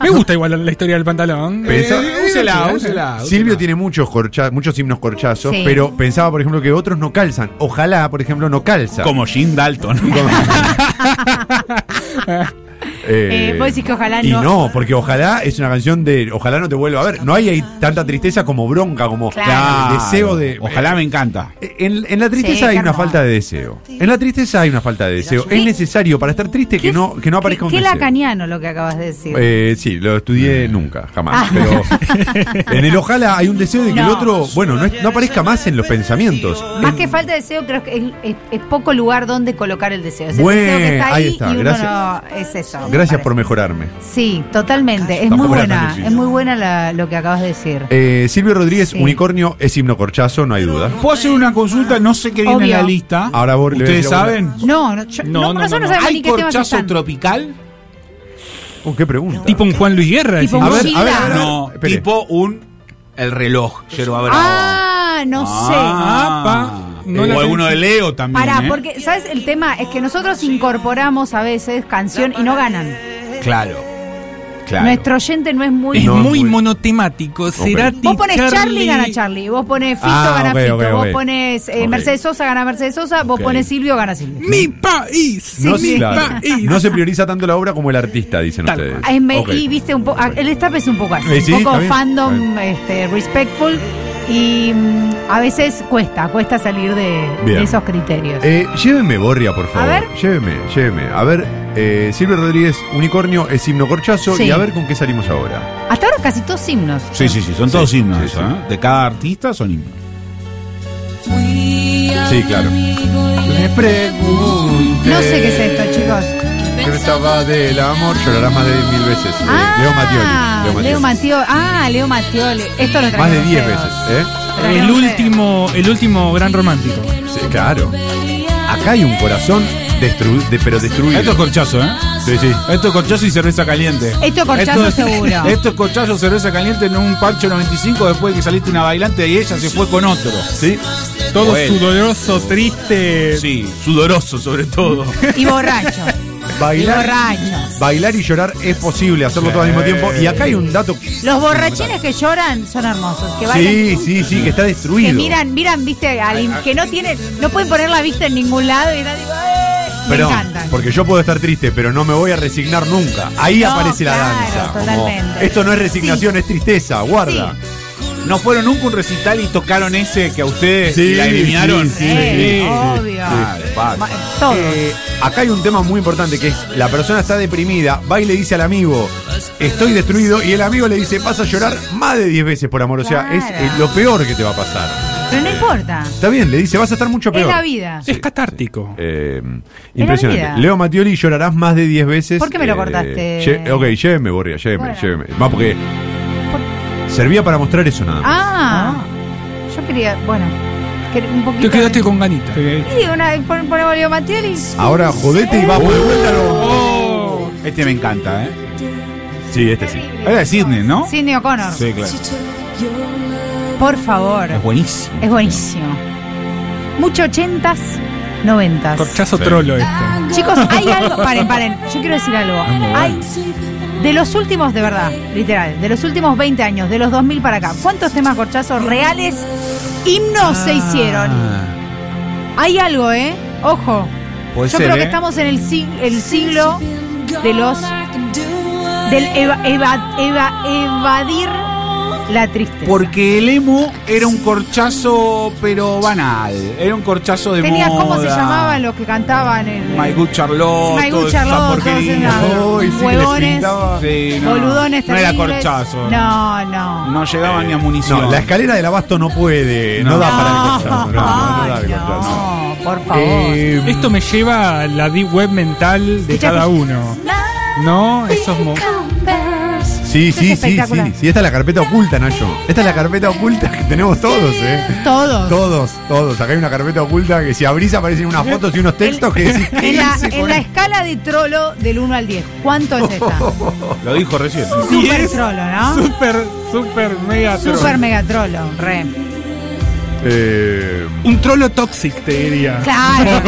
Me gusta igual la historia del pantalón.
Pensaba-
Eh, úsela, úsela.
Silvio tiene muchos corcha- muchos himnos corchazos,
Sí.
pero pensaba, por ejemplo, que otros no calzan. Ojalá, por ejemplo, no calza.
Como Jim Dalton.
Eh,
Eh, vos decís que ojalá
Y
no.
no, porque ojalá es una canción de ojalá no te vuelva a ver. No hay ahí tanta tristeza como bronca, como
Claro.
el deseo de. eh,
Ojalá me encanta.
En, en la
Sí,
tristeza
qué
hay una
hermoso.
falta de deseo. En la tristeza hay una falta de deseo.
¿Qué?
Es necesario para estar triste que no, que no aparezca un
Qué
deseo.
lacaniano lo que acabas de decir.
Eh, sí, lo estudié nunca, jamás. Pero en el ojalá hay un deseo de que el
Ah. No.
otro, bueno, no, es- no aparezca más en los pensamientos.
Más
En-
que falta de deseo, creo que es, es- es poco lugar donde colocar el deseo. Es el
Bueno,
deseo que está ahí,
ahí está,
y uno
gracias.
no es eso. me
Eh, Gracias
parece.
por mejorarme.
Sí, totalmente. Es muy
Tampoco era tan
buena.
difícil.
Es muy buena la- lo que acabas de decir.
Eh, Silvio Rodríguez,
Sí.
unicornio, es himno corchazo, no hay duda.
¿Puedo hacer una consulta? No sé qué viene en
Obvio.
la lista.
Ahora vos le
¿Ustedes
voy a decir
saben?
no, no, yo-
No,
no,
no,
nosotros
no,
no sabemos ni
¿Hay
qué temas
corchazo
están.
tropical?
Oh, qué pregunta.
Tipo un Juan Luis Guerra.
Tipo
decís.
a
un
ver,
Gilda.
a ver, a ver.
No,
espere.
tipo un. El reloj, yerba brava.
Ah, no
Ah, pa, no
o
la
alguno
pensé.
de Leo
sé.
también.
Pará,
¿eh?
porque, ¿sabes? El tema es que nosotros incorporamos a veces canción y no ganan.
Claro. Claro.
Nuestro oyente no es muy.
Es
No,
muy
muy-
monotemático. Será
Vos pones Charlie, gana Charlie. Vos pones Fito,
Ah,
gana
ok,
Fito.
ok,
Vos
ok.
pones eh,
Ok.
Mercedes Sosa, gana Mercedes Sosa. Vos
Ok.
pones Silvio, gana Silvio.
Mi país,
No,
mi
se- claro.
país.
No se prioriza tanto la obra como el artista, dicen
Ah, Tal
ustedes.
Ah, es me-
Ok.
Y viste un poco. El estape es un poco así.
Eh, sí,
un
está
poco
bien,
fandom,
está
este, respectful. Y mm, a veces cuesta, cuesta salir de,
Bien.
de esos criterios.
Eh, lléveme, Borria, por favor.
ver.
Lléveme, lléveme. A ver, eh, Silvio Rodríguez, unicornio, es himno corchazo.
Sí.
Y a ver con qué salimos ahora.
Hasta ahora casi todos himnos.
Sí, sí, sí, son todos
Sí,
himnos.
sí,
eso,
sí.
¿eh? De cada artista son himnos.
Sí, claro. Le pregunté.
No sé qué es esto, chicos.
¿Qué pensaba del amor? Llorarás más de mil veces. eh, Leo
Ah,
Mattioli.
Leo Mattioli. Ah, Leo Mattioli. Esto lo
Más de
trajeron
10
ustedes.
veces, ¿eh?
Lo trajeron
El
ustedes.
último, el último gran romántico.
Sí, claro. Acá hay un corazón destru- de- pero destruido.
Esto es corchazo, ¿eh?
Sí, sí.
Esto es corchazo y cerveza caliente.
Esto es corchazo seguro.
Esto es corchazo, cerveza caliente en un parcho 95 después de que saliste una bailante y ella se fue con otro.
Sí.
Todo
Bueno.
sudoroso, triste.
Eh, Sí, sudoroso sobre todo.
Y borracho. y
Bailar,
borracho.
bailar y llorar es posible, hacerlo todo al mismo tiempo. Y acá hay un dato.
Los borrachines que lloran son hermosos. Que bailan.
Sí, sí, sí, que está destruido.
Que miran, miran, viste, al in- que no tienen, no pueden poner la vista en ningún lado y nadie "Eh", me
Perdón,
encantan.
porque yo puedo estar triste, pero no me voy a resignar nunca. Ahí
No,
aparece la
claro,
danza. como,
totalmente.
esto no es resignación,
Sí.
es tristeza, guarda.
¿No fueron nunca a un recital y tocaron ese que a ustedes
Sí,
la eliminaron?
sí,
Sí, obvio.
Claro,
Vale.
Ma- Todo.
Eh, acá hay un tema muy importante que es la persona está deprimida, va y le dice al amigo, estoy destruido, y el amigo le dice, vas a llorar más de 10 veces por amor. O sea, es
Claro.
eh, lo peor que te va a pasar.
Pero no importa.
Está bien, le dice, vas a estar mucho
Es
peor.
la vida.
Es catártico.
Eh, impresionante.
vida.
Leo Matioli llorarás más de 10 veces.
¿Por qué me lo cortaste?
lle- ok, lléveme, Borria, lléveme,
Bueno.
lléveme. Más porque servía para mostrar eso nada más.
Ah, yo quería, bueno, que- un poquito.
Te quedaste con ganita.
Sí, una, pon- ponemos Leo Mattioli.
Ahora jodete y vamos de vuelta. a
Oh.
lo-
Este me encanta, ¿eh?
Sí, este sí.
Era de Sidney, ¿no?
Sidney O'Connor.
Sí, claro.
Por favor.
Es buenísimo.
Es buenísimo. Mucho ochentas, noventas.
Corchazo
Sí.
trolo este.
Chicos, hay algo. Paren, paren. Yo quiero decir algo.
Es muy
Hay. De los últimos, de verdad, literal, de los últimos 20 años, de los 2000 para acá, ¿cuántos temas corchazos reales himnos
Ah.
se hicieron? Hay algo, ¿eh? Ojo.
Puede
Yo
ser,
creo
¿eh?
que estamos en el, sig- el siglo de los. del eva- eva- eva- evadir la tristeza.
Porque el emo era un corchazo, pero banal. Era un corchazo de
Tenía,
moda.
¿cómo se llamaban los que cantaban? en-
My Good Charlotte.
My Good
todas esas
Charlotte, todos
porquerías.
esos-
Ay, sí, que les
Huevones.
pintaba.
Sí, no.
Boludones
No era
terribles.
corchazo.
No, no.
No llegaba ni a munición.
No, la escalera del abasto no puede, no,
No.
da para el corchazo. No, no, no da
Ay,
el corchazo.
no, por favor.
Eh,
Esto me lleva a la deep web mental de
Escuchá,
cada uno. ¿No? Esos mo-
Sí, sí,
Esto es
sí, sí,
espectacular.
sí. Esta es la carpeta oculta, Nacho. Esta es la carpeta oculta que tenemos todos, ¿eh?
Todos.
Todos, todos. Acá hay una carpeta oculta que si abrís aparecen unas fotos y unos textos que decís. ¿qué
En la,
hice
en
con
la
esto?
escala de trolo del 1 al 10, ¿cuánto es esta?
Lo dijo recién.
Super
Diez.
trolo, ¿no?
Super, super mega trolo.
Super mega trolo, re.
Eh,
Un trolo toxic, te diría.
Claro.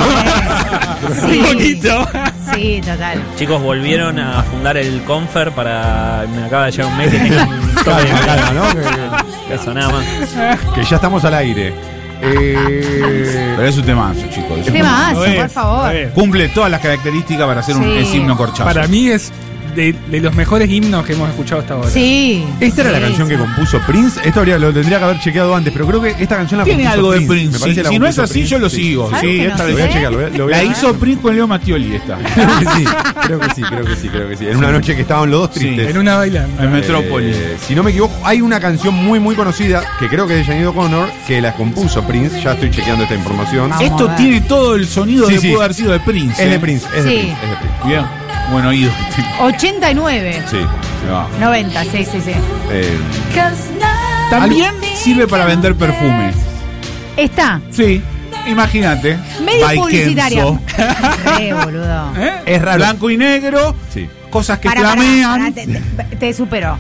sí.
Un poquito.
Sí, total.
Chicos, volvieron a fundar el Confer para. Me acaba de llegar un mail que tengo un toque de
calma, calma,
calma,
¿no? Que,
Eso nada más.
que ya estamos al aire. Eh,
Pero es un temazo, chicos. Es un
Temazo,
Lo es,
por favor.
lo es.
Cumple todas las características para hacer un
Sí.
es himno corchazo.
Para mí es de, de los mejores himnos que hemos escuchado hasta ahora.
Sí.
Esta era la
Sí.
canción que compuso Prince. Esto habría, lo tendría que haber chequeado antes, pero creo que esta canción la
Tiene
compuso
algo de
Prince. Me
Prince.
parece
Si,
la
si no es
compuso
así,
Prince.
yo lo sigo.
¿Sabes
Sí,
que
esta
Lo
no
voy a
sé?
vez.
chequear, lo voy a- lo voy a-
La hizo Prince con Leo Mattioli esta.
Creo que sí, creo que sí, creo que sí, creo que sí. En una noche que estaban los dos
Sí.
tristes.
En una bailando.
En Metrópolis.
Eh, si no me equivoco, hay una canción muy, muy conocida que creo que es de Janine O'Connor que la compuso Prince. Ya estoy chequeando esta información.
Vamos a
Esto
ver.
tiene todo el sonido
Sí,
que
sí.
pudo haber sido de Prince.
Es de
eh.
Prince, es de
Sí.
Prince, es de Prince.
Bien. Buen oído.
89.
Sí.
Ahí va.
90, sí, sí, sí.
Eh,
También sirve para vender perfume.
Está.
Sí. Imagínate.
Medio
By
publicitaria.
Kenzo.
Re, boludo.
¿Eh? Es raro. Blanco y negro.
sí.
Cosas que
Pará, pará, pará,
flamean.
te, te- te superó.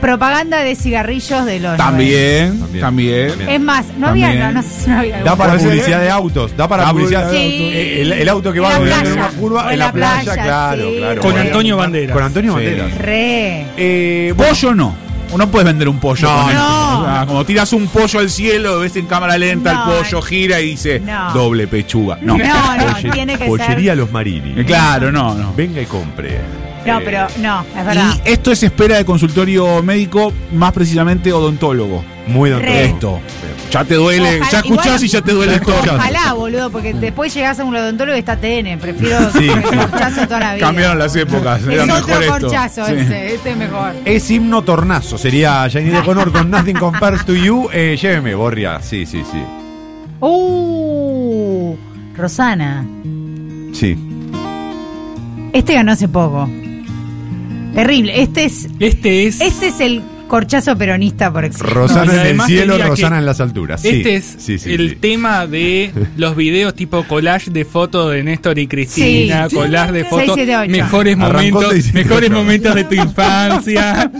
Propaganda de cigarrillos de los.
También.
También.
También.
También.
90. Es más, no había,
También.
no, no sé si no había.
Da
alguna.
para
Parece-
publicidad de autos, da para
Da
publicidad de
publicidad de
autos.
autos.
El, el auto que
En
va
la
a en
playa.
una curva
O
en la playa, claro,
sí.
claro.
Con Antonio Banderas.
Con Antonio
Sí.
Banderas.
Re.
Eh, pollo no. No puedes vender un pollo.
No,
con esto.
no.
O sea, como tiras un pollo al cielo, ves en cámara lenta
No.
el pollo, gira y dice
No.
doble pechuga. No.
No, no, tiene que
Pollería
ser.
Los
Eh,
Marini.
Claro, no, no.
Venga y compre.
No,
Eh,
pero no, es verdad.
Y esto es espera de consultorio médico, más precisamente odontólogo.
Muy don
Re.
Esto.
Esto. Ya te duele,
Ojalá-
ya escuchás
igual-
y ya te duele el torno.
Ojalá, boludo, porque después llegás a un odontólogo y está TN. Prefiero
Sí.
corchazo toda la vida.
Cambiaron las épocas.
Es
era mejor
otro
esto.
corchazo
Sí.
ese, este es mejor.
Es himno tornazo, sería Janine O'Connor con Nothing Compares to You. Eh, lléveme, Borria. Sí, sí, sí.
Uh, Rosana.
Sí.
Este ganó hace poco. Terrible. Este es,
Este es.
este es el corchazo peronista por excelencia.
Rosana
No, y
en el
además
cielo,
tenía que-
Rosana en las alturas. Sí,
Este es
sí, sí,
el
sí.
tema de los videos tipo collage de fotos de Néstor y Cristina,
Sí.
collage de
Seis,
fotos,
siete, ocho.
mejores
Arrancó seis,
momentos,
siete,
mejores
ocho.
momentos de tu infancia.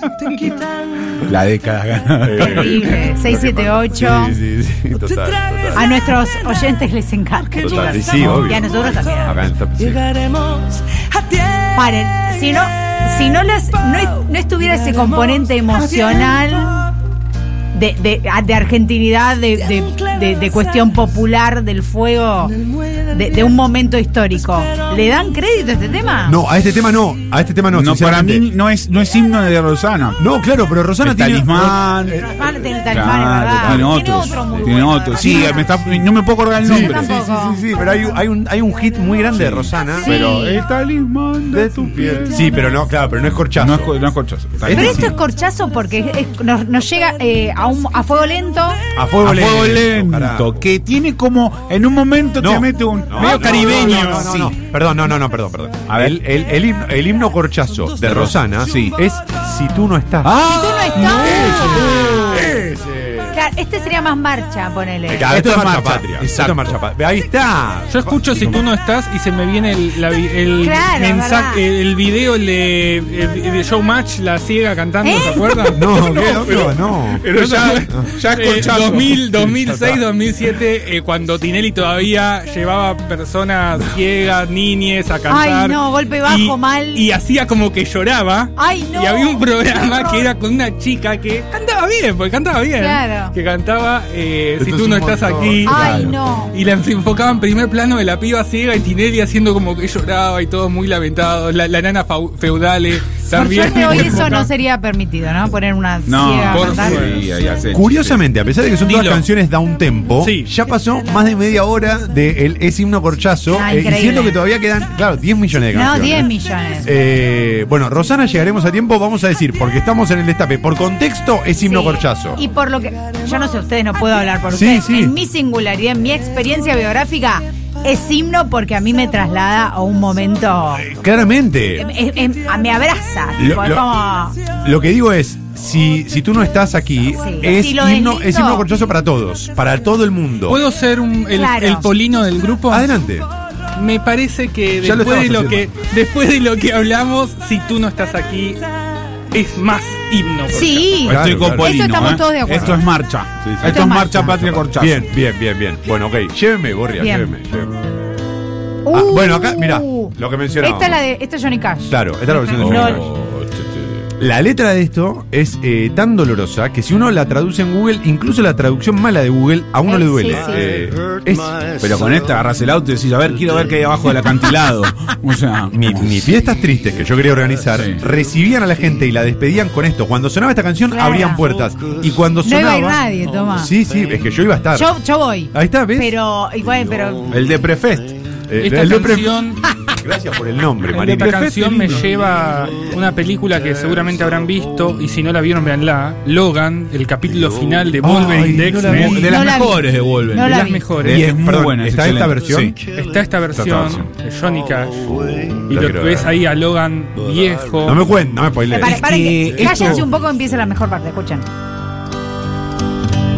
La década
Eh,
ganada.
Terrible.
Lo que pasa.
678.
Sí, sí, sí. Total, total.
A nuestros oyentes les encanta.
Total,
chicas.
sí, obvio.
Y a nosotros también.
Acá en Top, sí.
Paren, si no, si no, las, no, es- no estuviera ese componente emocional de, de, de argentinidad, de, de- de- de cuestión popular, del fuego, de, de un momento histórico, ¿le dan crédito a este tema?
No, a este tema no. A este tema no.
No, para
sinceramente.
mí no es, no es himno de Rosana.
No, claro, pero Rosana
El
tiene.
talismán.
Eh,
Rosana tiene el talismán, es
Claro,
verdad.
tiene otros.
otro muy
Tiene
bueno,
otros. Sí,
Rosana.
me está- no me puedo acordar el nombre.
sí,
tampoco.
sí, sí, sí, pero hay, un- hay un, hay un hit muy grande de Rosana. Pero
Sí.
El talismán de tu piel.
Sí, pero no, claro, pero no es corchazo.
No es, co- no es corchazo.
Pero
Este
esto
sí.
es corchazo porque es- es- nos, nos llega eh, a, un, a fuego lento.
a
A
fuego lento.
fuego lento,
carajo.
que tiene como en un momento te
No.
mete un
No,
medio
no,
caribeño.
No, no, no,
sí.
no. Perdón, no, no, no, perdón, perdón.
A ver.
El, el, el himno, el himno corchazo de Rosana
Sí.
es Si tú no estás.
Ah,
tú no estás.
ese, ese.
Claro, este sería más marcha, ponele.
Claro, esto es marcha patria.
Exacto.
Esto es marcha patria. Ahí está.
Yo escucho si tú no estás y se me viene el, la vi- el
Claro,
mensaje,
verdad.
el video el de, el de Showmatch, la ciega cantando,
¿Eh?
¿se acuerdan?
No, ¿qué? no, no.
Pero ya, ya es
Eh,
corchazo.
2000, 2006, 2007, eh, cuando Tinelli todavía llevaba personas ciegas, niñes a cantar.
Ay, no, golpe bajo,
Y-
mal.
Y hacía como que lloraba.
Ay, no.
Y había un
Qué
programa
horror.
que era con una chica que cantaba bien, porque cantaba bien.
Claro.
Que cantaba eh, Si
Esto
tú
es
no
un
estás
montón.
aquí.
Ay,
Claro.
no.
Y la enfocaba en primer plano de la piba ciega y Tinelli haciendo como que lloraba y todos muy lamentados. La, la nana fau- feudale
Por
también.
suerte hoy eso no sería permitido, ¿no? Poner una
No,
ciega a
por
cantar.
suerte.
Sí, ahí hace-
Curiosamente, a pesar de que son todas
Dilo.
canciones da un tempo,
Sí.
ya pasó más de media hora del de Es himno corchazo.
Ah,
eh, y
increíble.
siento que todavía quedan, claro, 10 millones de
No,
canciones.
10 millones.
Eh, bueno, Rosana, llegaremos a tiempo, vamos a decir, porque estamos en el destape. Por contexto, es himno
Sí.
corchazo.
Y por lo que. Yo no sé ustedes, no puedo hablar por
Sí,
ustedes.
sí.
En mi singularidad, en mi experiencia biográfica, Es himno porque a mí me traslada a un momento.
Claramente.
es- es- a- me abraza.
Lo-
tipo, es
lo-
como.
Lo que digo es, si, si tú no estás aquí,
Sí.
es,
Si lo
himno,
deslizo.
es himno corchazo para todos, para todo el mundo.
¿Puedo ser un- el,
Claro.
el polino del grupo?
Adelante.
Me parece que
Ya lo
después, de
estabas
lo que
haciendo.
después de lo que hablamos, si tú no estás aquí, es más himno. por
Sí.
Claro,
Estoy con
claro.
Polino,
Eso estamos
¿eh?
todos de acuerdo.
Esto es marcha.
Sí, sí.
Esto, es marcha, patria corchazo.
Bien, bien, bien, bien. Bueno, ok. Llévenme, Borria,
Bien.
llévenme. llévenme. Ah, bueno, acá, mirá, lo que mencionábamos.
Uh. Esta es la de. Esta es Johnny Cash.
Claro, esta es la versión de
No.
Johnny Cash. La letra de esto es eh, tan dolorosa que si uno la traduce en Google, incluso la traducción mala de Google, a uno
Eh,
le duele.
sí, sí.
Eh, es
Pero con esta agarras el auto y decís, a ver, quiero ver qué hay abajo del acantilado. O sea,
mi, mi fiestas tristes que yo quería organizar,
Sí.
recibían a la gente y la despedían con esto. Cuando sonaba esta canción,
Claro.
abrían puertas. Y cuando
No iba
sonaba.
a ir nadie, toma.
Sí, sí, es que yo iba a estar.
Yo, yo voy.
Ahí está, ¿ves?
Pero, igual, pero.
el de Prefest.
Eh,
ejemplo.
el
Esta
nombre-
canción,
Gracias por el nombre, Marina.
esta canción me lleva a una película que seguramente habrán visto, y si no la vieron, veanla. Logan, el capítulo final de Wolverine
Ay,
de
no la
X-Men.
vi.
De las
No la vi.
mejores de Wolverine.
No
de
la
las
vi.
mejores.
Y es muy
Perdón,
buena. es
¿está esta
excelente.
versión?
Sí.
Está esta versión de Johnny Cash.
la
y lo que
quiero
ves
ver.
ahí a Logan viejo.
No me cuenten, no me spoilees.
Para, para que,
que
cállense
esto-
un poco empieza la mejor parte, escuchen.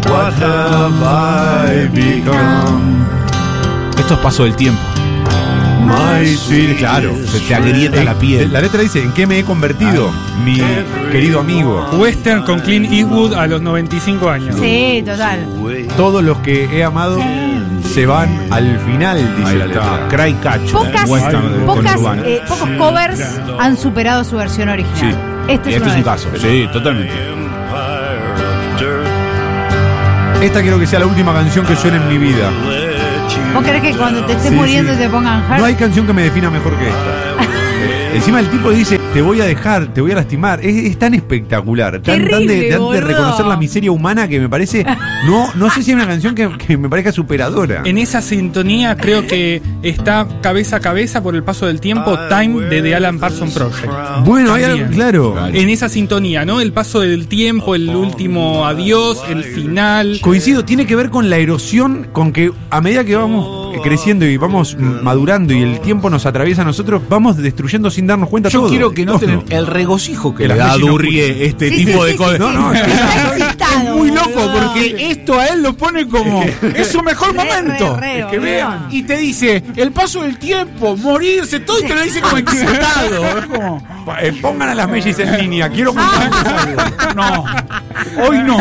What have I become?
Esto es paso del tiempo.
My sweet- Claro.
Se te agrieta
Eh,
la piel. Ah.
La letra dice, ¿en qué me he convertido? Mi querido amigo.
Western con Clint Eastwood a los 95 años.
Sí, total.
Todos los que he amado se van al final, dice
Ahí
la
está.
letra.
Cry Cacho.
Pocas,
Western con
pocas,
Urbano.
eh, pocos covers han superado su versión original.
Y
Este es
esto
uno
es
de
un
ellos.
caso. Sí, totalmente.
Esta quiero que sea la última canción que suene en mi vida.
¿Vos crees que cuando te estés
Sí,
muriendo
sí.
te pongan Hurt?
No hay canción que me defina mejor que esta.
Ah,
Eh, Encima el tipo dice, te voy a dejar, te voy a lastimar. Es, es tan espectacular, tan, tan de-
Terrible,
tan de,
boludo.
reconocer la miseria humana que me parece... No, no sé si es una canción que, que me parezca superadora.
En esa sintonía creo que está cabeza a cabeza por el paso del tiempo Time de The Alan Parsons Project.
Bueno, hay
También.
algo, claro.
En esa sintonía, ¿no? El paso del tiempo, el último adiós, el final.
Eh, Coincido, tiene que ver con la erosión, con que a medida que vamos eh, creciendo y vamos mm, madurando y el tiempo nos atraviesa a nosotros, vamos destruyendo sin darnos cuenta
Yo
todo.
quiero que no
Todo.
tengan el regocijo que
El
le da a
apellido
Durrie
Putin.
este
Sí,
tipo
sí,
de
sí,
cosas.
sí,
No,
sí.
no,
Está excitado,
Es muy loco
boludo.
porque esto a él lo pone como es su mejor
Re, re,
momento.
re,
Es que
boludo.
vean. Y te dice el paso del tiempo, morirse, todo y te lo dice como excitado. Es como,
Eh, Pongan a las mellis en línea, quiero
Ah.
no, hoy no.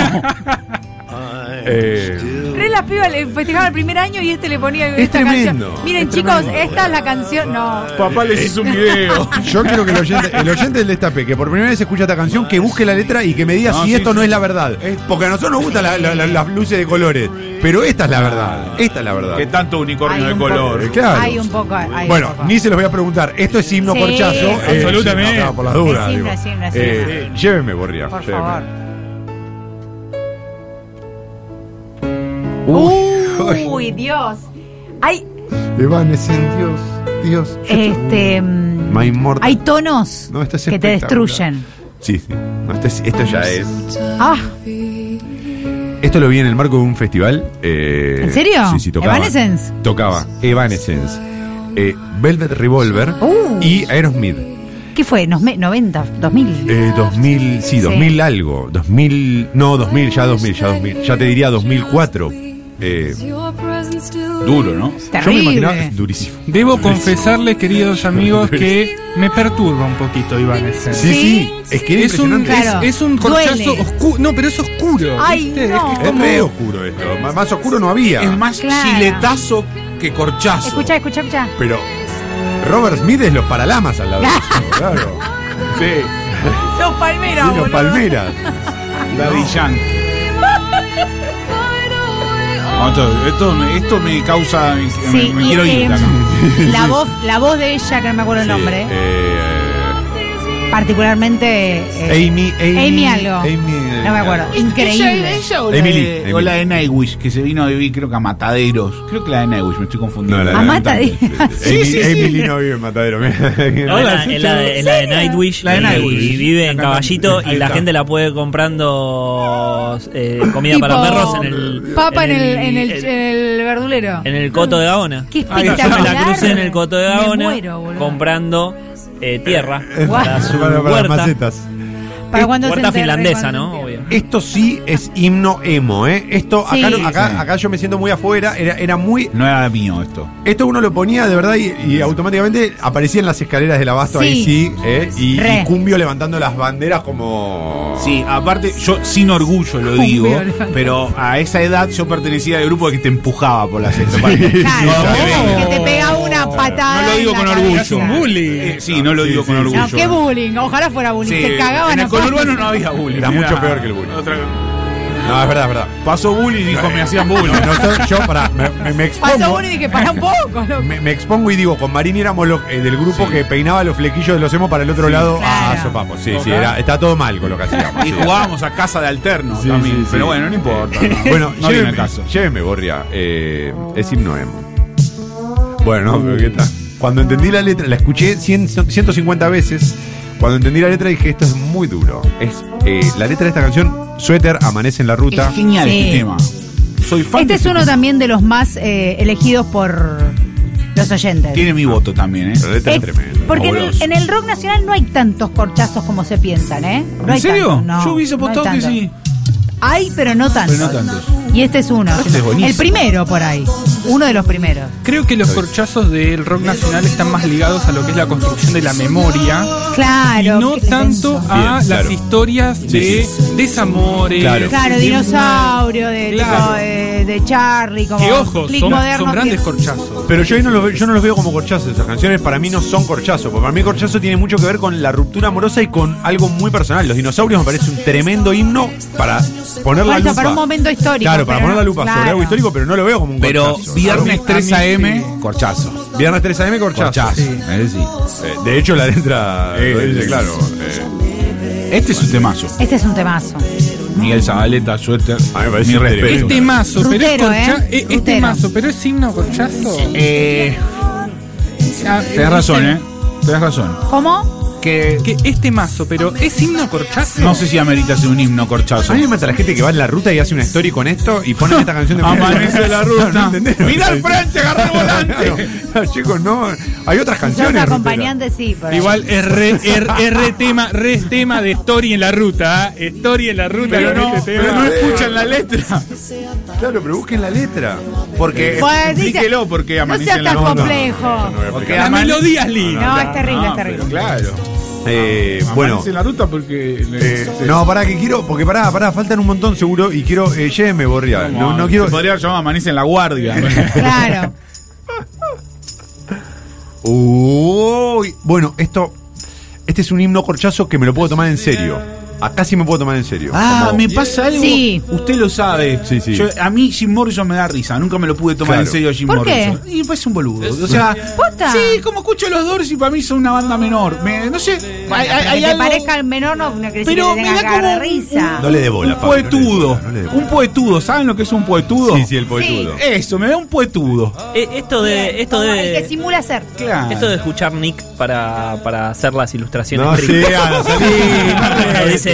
Eh,
Re las pibas le festejaban el primer año y este le ponía
Es
esta
tremendo,
canción. Miren, chicos, esta es la canción. No.
Papá les hizo un video.
Yo quiero que el oyente, el oyente del destape, que por primera vez escucha esta canción, que busque la letra y que me diga
No,
si
sí,
esto
sí.
no es la verdad. Porque a nosotros nos gustan la- la- la- las luces de colores, pero esta es la verdad. Esta es la verdad.
Que tanto unicornio
Hay
de
un poco-
color.
Eh, claro.
Hay un poco. hay un
Bueno,
poco.
ni se los voy a preguntar. Esto es himno
Sí.
corchazo. Eh,
Absolutamente.
sí, no, no, por las dudas.
Es himno,
digo.
es himno, es
Eh, Llévenme, Borria.
Por
llévenme.
favor.
Uh,
Uh.
Uy,
Uy, Dios. Hay
Evanescent, Dios, Dios.
este mm,
My Immortal.
hay tonos
No, esto es
que te
espectacular.
destruyen.
Sí, sí. No, esto, es- esto ya es.
Ah,
Esto lo vi en el marco de un festival. eh,
¿En serio?
Sí, sí, tocaba.
¿Evanescence?
Tocaba. Evanescence. Eh, Velvet Revolver
Uh.
y Aerosmith.
¿qué fue? Nos me- 90, 2000.
Eh, 2000, sí, 2000 algo. 2000, no, 2000, ya 2000, ya 2000. Ya te diría 2004. Eh,
Duro, ¿no?
Yo me
Terrible.
imaginaba durísimo.
Debo confesarles, queridos amigos, que me perturba un poquito Evanescence.
Sí, sí, es que era
Es un,
impresionante.
Claro.
es, es un corchazo
Duele.
oscuro. No, pero es oscuro.
Ay,
¿viste? Es
no.
que
Es re oscuro esto. Má- Más oscuro no había.
Es más
Claro.
chiletazo que corchazo.
Escucha, escucha, escucha.
Pero Robert Smith es los paralamas al lado de esto, claro.
Sí,
Los palmeras.
Sí, los palmeras.
Daddy Yankee. No, esto, esto me- esto me causa. Me,
Sí,
me
y,
quiero ir.
eh,
de acá.
la voz, la voz de ella, que no me acuerdo el nombre,
Eh,
particularmente. eh,
Amy, Amy.
Amy algo.
Amy,
no me acuerdo.
¿Ella, eh,
Increíble.
ella o, la
Emily,
de,
Emily.
o la de Nightwish, que se vino a vivir, creo que a Mataderos. Creo que la de Nightwish, me estoy confundiendo.
No, la de
A Mataderos.
Amy, Emily no vive en Matadero.
No, en la, en la de, en la de Nightwish.
La de
y-
Nightwish.
Y vive en
La
Caballito
cantante.
y
Ahí
la
está.
gente la puede comprando eh, comida
Tipo
para perros en el.
Papa en el, en el, el verdulero.
en el coto de Gaona.
Qué
Yo me la
espectacular.
crucé en el coto de
Me
Gaona
muero, boludo.
comprando eh, tierra
Guau.
para su
Para, para las
huerta.
macetas.
Para cuando se
Huerta
enterre,
finlandesa,
cuando
¿no?
se enterre.
Obvio.
Esto sí es himno emo, ¿eh? Esto,
Sí.
acá, no-
Sí.
acá, acá yo me siento muy afuera, era, era muy...
No era mío esto.
Esto uno lo ponía de verdad y, y automáticamente aparecían las escaleras del abasto
Sí.
ahí sí, ¿eh? y,
Re.
y Cumbio levantando las banderas como...
Sí, aparte, yo sin orgullo lo
Cumbia,
digo,
levanta.
pero a esa edad yo pertenecía al grupo que te empujaba por la sexta
Claro,
No,
que
venga.
te pega una patada.
No lo digo
en la
con
cabeza.
orgullo.
un bullying.
Eh, sí, no lo
Sí,
digo
sí,
con
sí.
orgullo.
No, qué bullying. Ojalá fuera
Sí,
bullying. te cagaban
en el
a palos.
conurbano no había bullying.
Era mucho peor que el bullying.
Otra-
No, es verdad, es verdad.
pasó bullying y dijo, me hacían bullying.
No, no, yo, pará, me, me- me expongo...
Pasó uno y dije, para un poco. loco.
Me, me expongo y digo, con Marini éramos los- eh, del grupo
Sí.
que peinaba los flequillos de los hemos para el otro lado
claro.
a Sopamos. Sí, sí,
Ojalá.
era- está todo mal con lo que hacíamos.
Y
sí.
jugábamos a casa de alterno
Sí,
también.
sí, sí.
Pero bueno, no importa. no.
Bueno,
no viene
lléveme,
el caso.
lléveme, Gorria. Eh, es himno emo. Bueno, pero ¿qué tal? Cuando entendí la letra, la escuché 100 150 veces. Cuando entendí la letra dije, esto es muy duro. Es eh, La letra de esta canción, Suéter, Amanece en la Ruta.
Es genial
Sí.
este tema. Soy fan.
Este
de
es uno también de los más eh, elegidos por los oyentes.
Tiene mi voto también, ¿eh?
La letra es,
Es-
tremenda.
Porque en el,
Fabuloso.
en el rock nacional no hay tantos corchazos como se piensan, ¿eh? No hay
¿En serio?
tantos, no,
Yo hubiese
no hay
apostado que
tantos.
sí.
Hay, pero no tantos.
Pero no tantos.
Y este es uno.
Este es buenísimo.
el primero por ahí. Uno de los primeros.
Creo que los corchazos del rock nacional están más ligados a lo que es la construcción de la memoria.
Claro.
y no
qué
tanto
intenso.
a
Bien,
las
claro.
historias de desamores.
Claro.
Claro, dinosaurio, de,
Claro.
tipo, eh, de Charlie, como
Que ojo,
Click
son,
Moderno,
son grandes
que-
corchazos.
Pero yo, ahí no los, ve- yo no los veo como corchazos. Esas canciones para mí no son corchazos. Porque para mí corchazo tiene mucho que ver con la ruptura amorosa y con algo muy personal. Los dinosaurios me parece un tremendo himno para poner la
Por eso,
lupa.
para un momento histórico.
Claro, para
pero
poner la
no-
lupa sobre
claro.
algo histórico, pero no lo veo como un
Pero
corchazo.
viernes 3 a.m.
sí.
Corchazo.
Viernes 3 AM corchazo.
Corchazo. Ese sí.
Eh, de hecho, la letra
Eh,
lo dice,
eh,
claro. eh,
Este es un temazo.
Este es un temazo.
Miguel Zabaleta, suéter.
A mí me parece
Mi
increíble.
respeto.
Este mazo, pero es
Rutero,
corcha-
¿eh?
eh, este
Rutero.
mazo, pero es signo corchazo.
Eh,
Ah,
tenés razón, ¿eh? Tenés razón.
¿Cómo?
Que
Que este mazo, pero es himno corchazo.
no sé si amerita hacer un himno corchazo.
A mí me mata la gente que va en la ruta y hace una story con esto y ponen esta canción de
Amanece la ruta.
No, no entendés.
Mira al frente, agarra el volante.
No, no, chicos, no. Hay otras
Los
canciones.
acompañantes, sí. por ahí.
Igual es re, es- es re tema, re es tema de story en la ruta, ¿ah? story en la ruta
Pero
con
no,
este tema.
pero no escuchan la letra.
Rutero. Claro, pero busquen la letra.
Porque
Pues, dice-
explíquelo porque
No
amanece
seas
en la
tan
ruta.
complejo.
No voy a
Porque
explicar.
la
amane-
melodía es linda.
No, es terrible, es terrible.
Ah, pero claro.
Eh,
bueno.
bueno.
en la ruta porque. le-
eh,
se-
no, pará, que quiero. Porque pará, pará, faltan un montón seguro y quiero. Eh, llévenme, Borria.
como-
No, no
se
quiero.
Podría haber llamado Amanece en la Guardia.
Claro.
Uy, bueno, esto. Este es un himno corchazo que me lo puedo tomar en serio. Acá sí me puedo tomar en serio.
Ah,
Como-
me pasa algo.
Sí.
Usted lo sabe.
Sí, sí.
Yo- a mí Jim Morrison me da risa. Nunca me lo pude tomar
Claro.
en serio a Jim
¿Por qué?
Morrison. Y me parece un boludo. O sea.
¿Posta?
Sí, como escucho los Doors y para mí son una banda menor. Me- no sé. Hay, hay-
Que
hay
te
algo-
parezca el menor no, no quiere decir
Pero me
que te tenga
da
que dar
como.
de risa.
un-
No le dé bola,
Un
Pablo, no le dé
poetudo.
bola, no le dé bola.
un poetudo. ¿Saben lo que es un poetudo?
Sí, sí, el poetudo. Ah.
Eso, me da un poetudo. Ah.
Eh, esto de. Esto
Como el que
de.
simula ser.
Claro.
Esto de escuchar Nick para, para hacer las ilustraciones
No, sí,
tricky.
Ana, salí.
Cuando dice,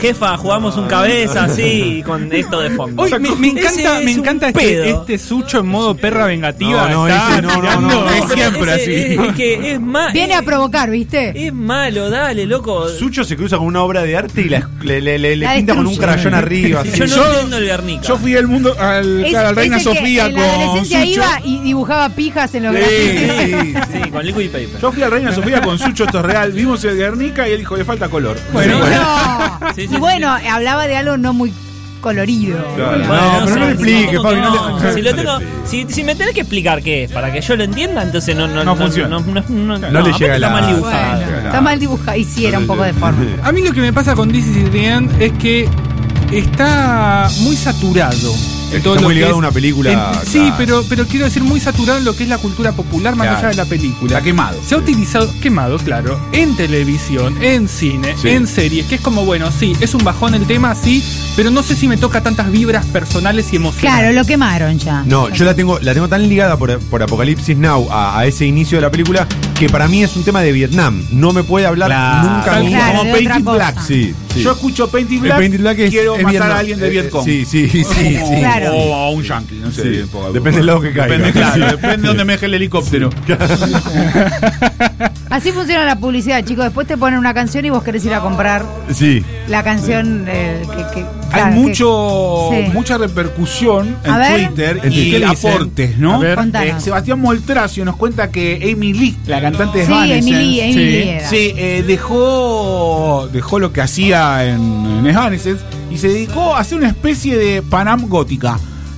jefa, jugamos un cabeza así con esto de fondo.
Hoy me, me encanta,
Ese
me
es un
encanta
pedo.
este, este sucho en modo perra vengativa.
No, no,
está
ese no, no,
tirando-
no, no.
pero
siempre
ese
así.
Es, es que es malo.
Viene a provocar, ¿viste?
Es malo, dale, loco.
Sucho se cruza con una obra de arte y la, le, le- le- le
La
pinta con un
destruye.
crayón arriba. así.
Yo no
Yo-
entiendo el Guernica.
Yo fui al mundo, al,
Es-
claro, al
es
Reina
el que
Sofía
en
con.
la adolescencia
Sucho.
iba y dibujaba pijas en los
Sí,
grafitis.
Sí, sí.
Sí, con liquid paper.
Yo fui al Reina Sofía con Sucho, esto es real. Vimos el Guernica y él dijo, le falta color. Bueno,
No.
Sí, sí,
y
sí.
bueno, hablaba de algo no muy colorido.
Claro.
Bueno,
No, pero
sé,
no le explique,
tampoco
Fabi. No, le-
no. Si, lo
no le
tengo,
explique.
si, si me tenés que explicar qué es, para que yo lo entienda, entonces no, no,
No funciona.
No, no-
No
no-
le
aparte
llega
está
la-
mal
Ah,
dibujado.
Bueno, está mal dibujado. Y sí, era un poco de forma.
A mí lo que me pasa con This is the End es que está muy saturado.
que
en todo
está
lo
muy
que
ligado
es-
a una película,
en- sí,
claro.
pero, pero quiero decir, muy saturado en lo que es la cultura popular más
Claro.
allá de la película.
Está quemado.
Se ha utilizado, quemado, claro, en televisión, en cine,
Sí.
en series, que es como, bueno, sí, es un bajón el tema, sí, pero no sé si me toca tantas vibras personales y emocionales.
Claro, lo quemaron ya.
No, yo la tengo, la tengo tan ligada por, por Apocalipsis Now a, a ese inicio de la película que para mí es un tema de Vietnam. No me puede hablar
Claro.
nunca
Tal
mi-
cual.
como
Claro, de otra
Painted
cosa.
Black. Sí, sí.
Yo escucho Painting
El
Black,
Painted Black es-
quiero
es
matar
Vietnam.
a alguien de
Eh,
Vietcong. Oh,
sí, sí, sí, sí.
O-
Claro.
O a un yankee, no sé.
Sí.
poca-
Depende del lado que caiga.
Depende, claro,
Sí.
depende de dónde me deje el helicóptero.
Así funciona la publicidad, chicos. Después te ponen una canción y vos querés ir a comprar
Sí.
la canción eh, que, que- claro,
Hay
que-
mucho,
Sí.
mucha repercusión
A ver.
en Twitter
En
y
Twitter.
aportes, ¿no? Eh,
A ver.
Contanos.
Sebastián Moltracio nos cuenta que Amy Lee, la cantante de
Sí,
Evanescence,
Emily, Emily
Sí,
era.
Sí, eh, dejó, dejó lo que hacía en, en Evanescence y se dedicó a hacer una especie de Panam gótica.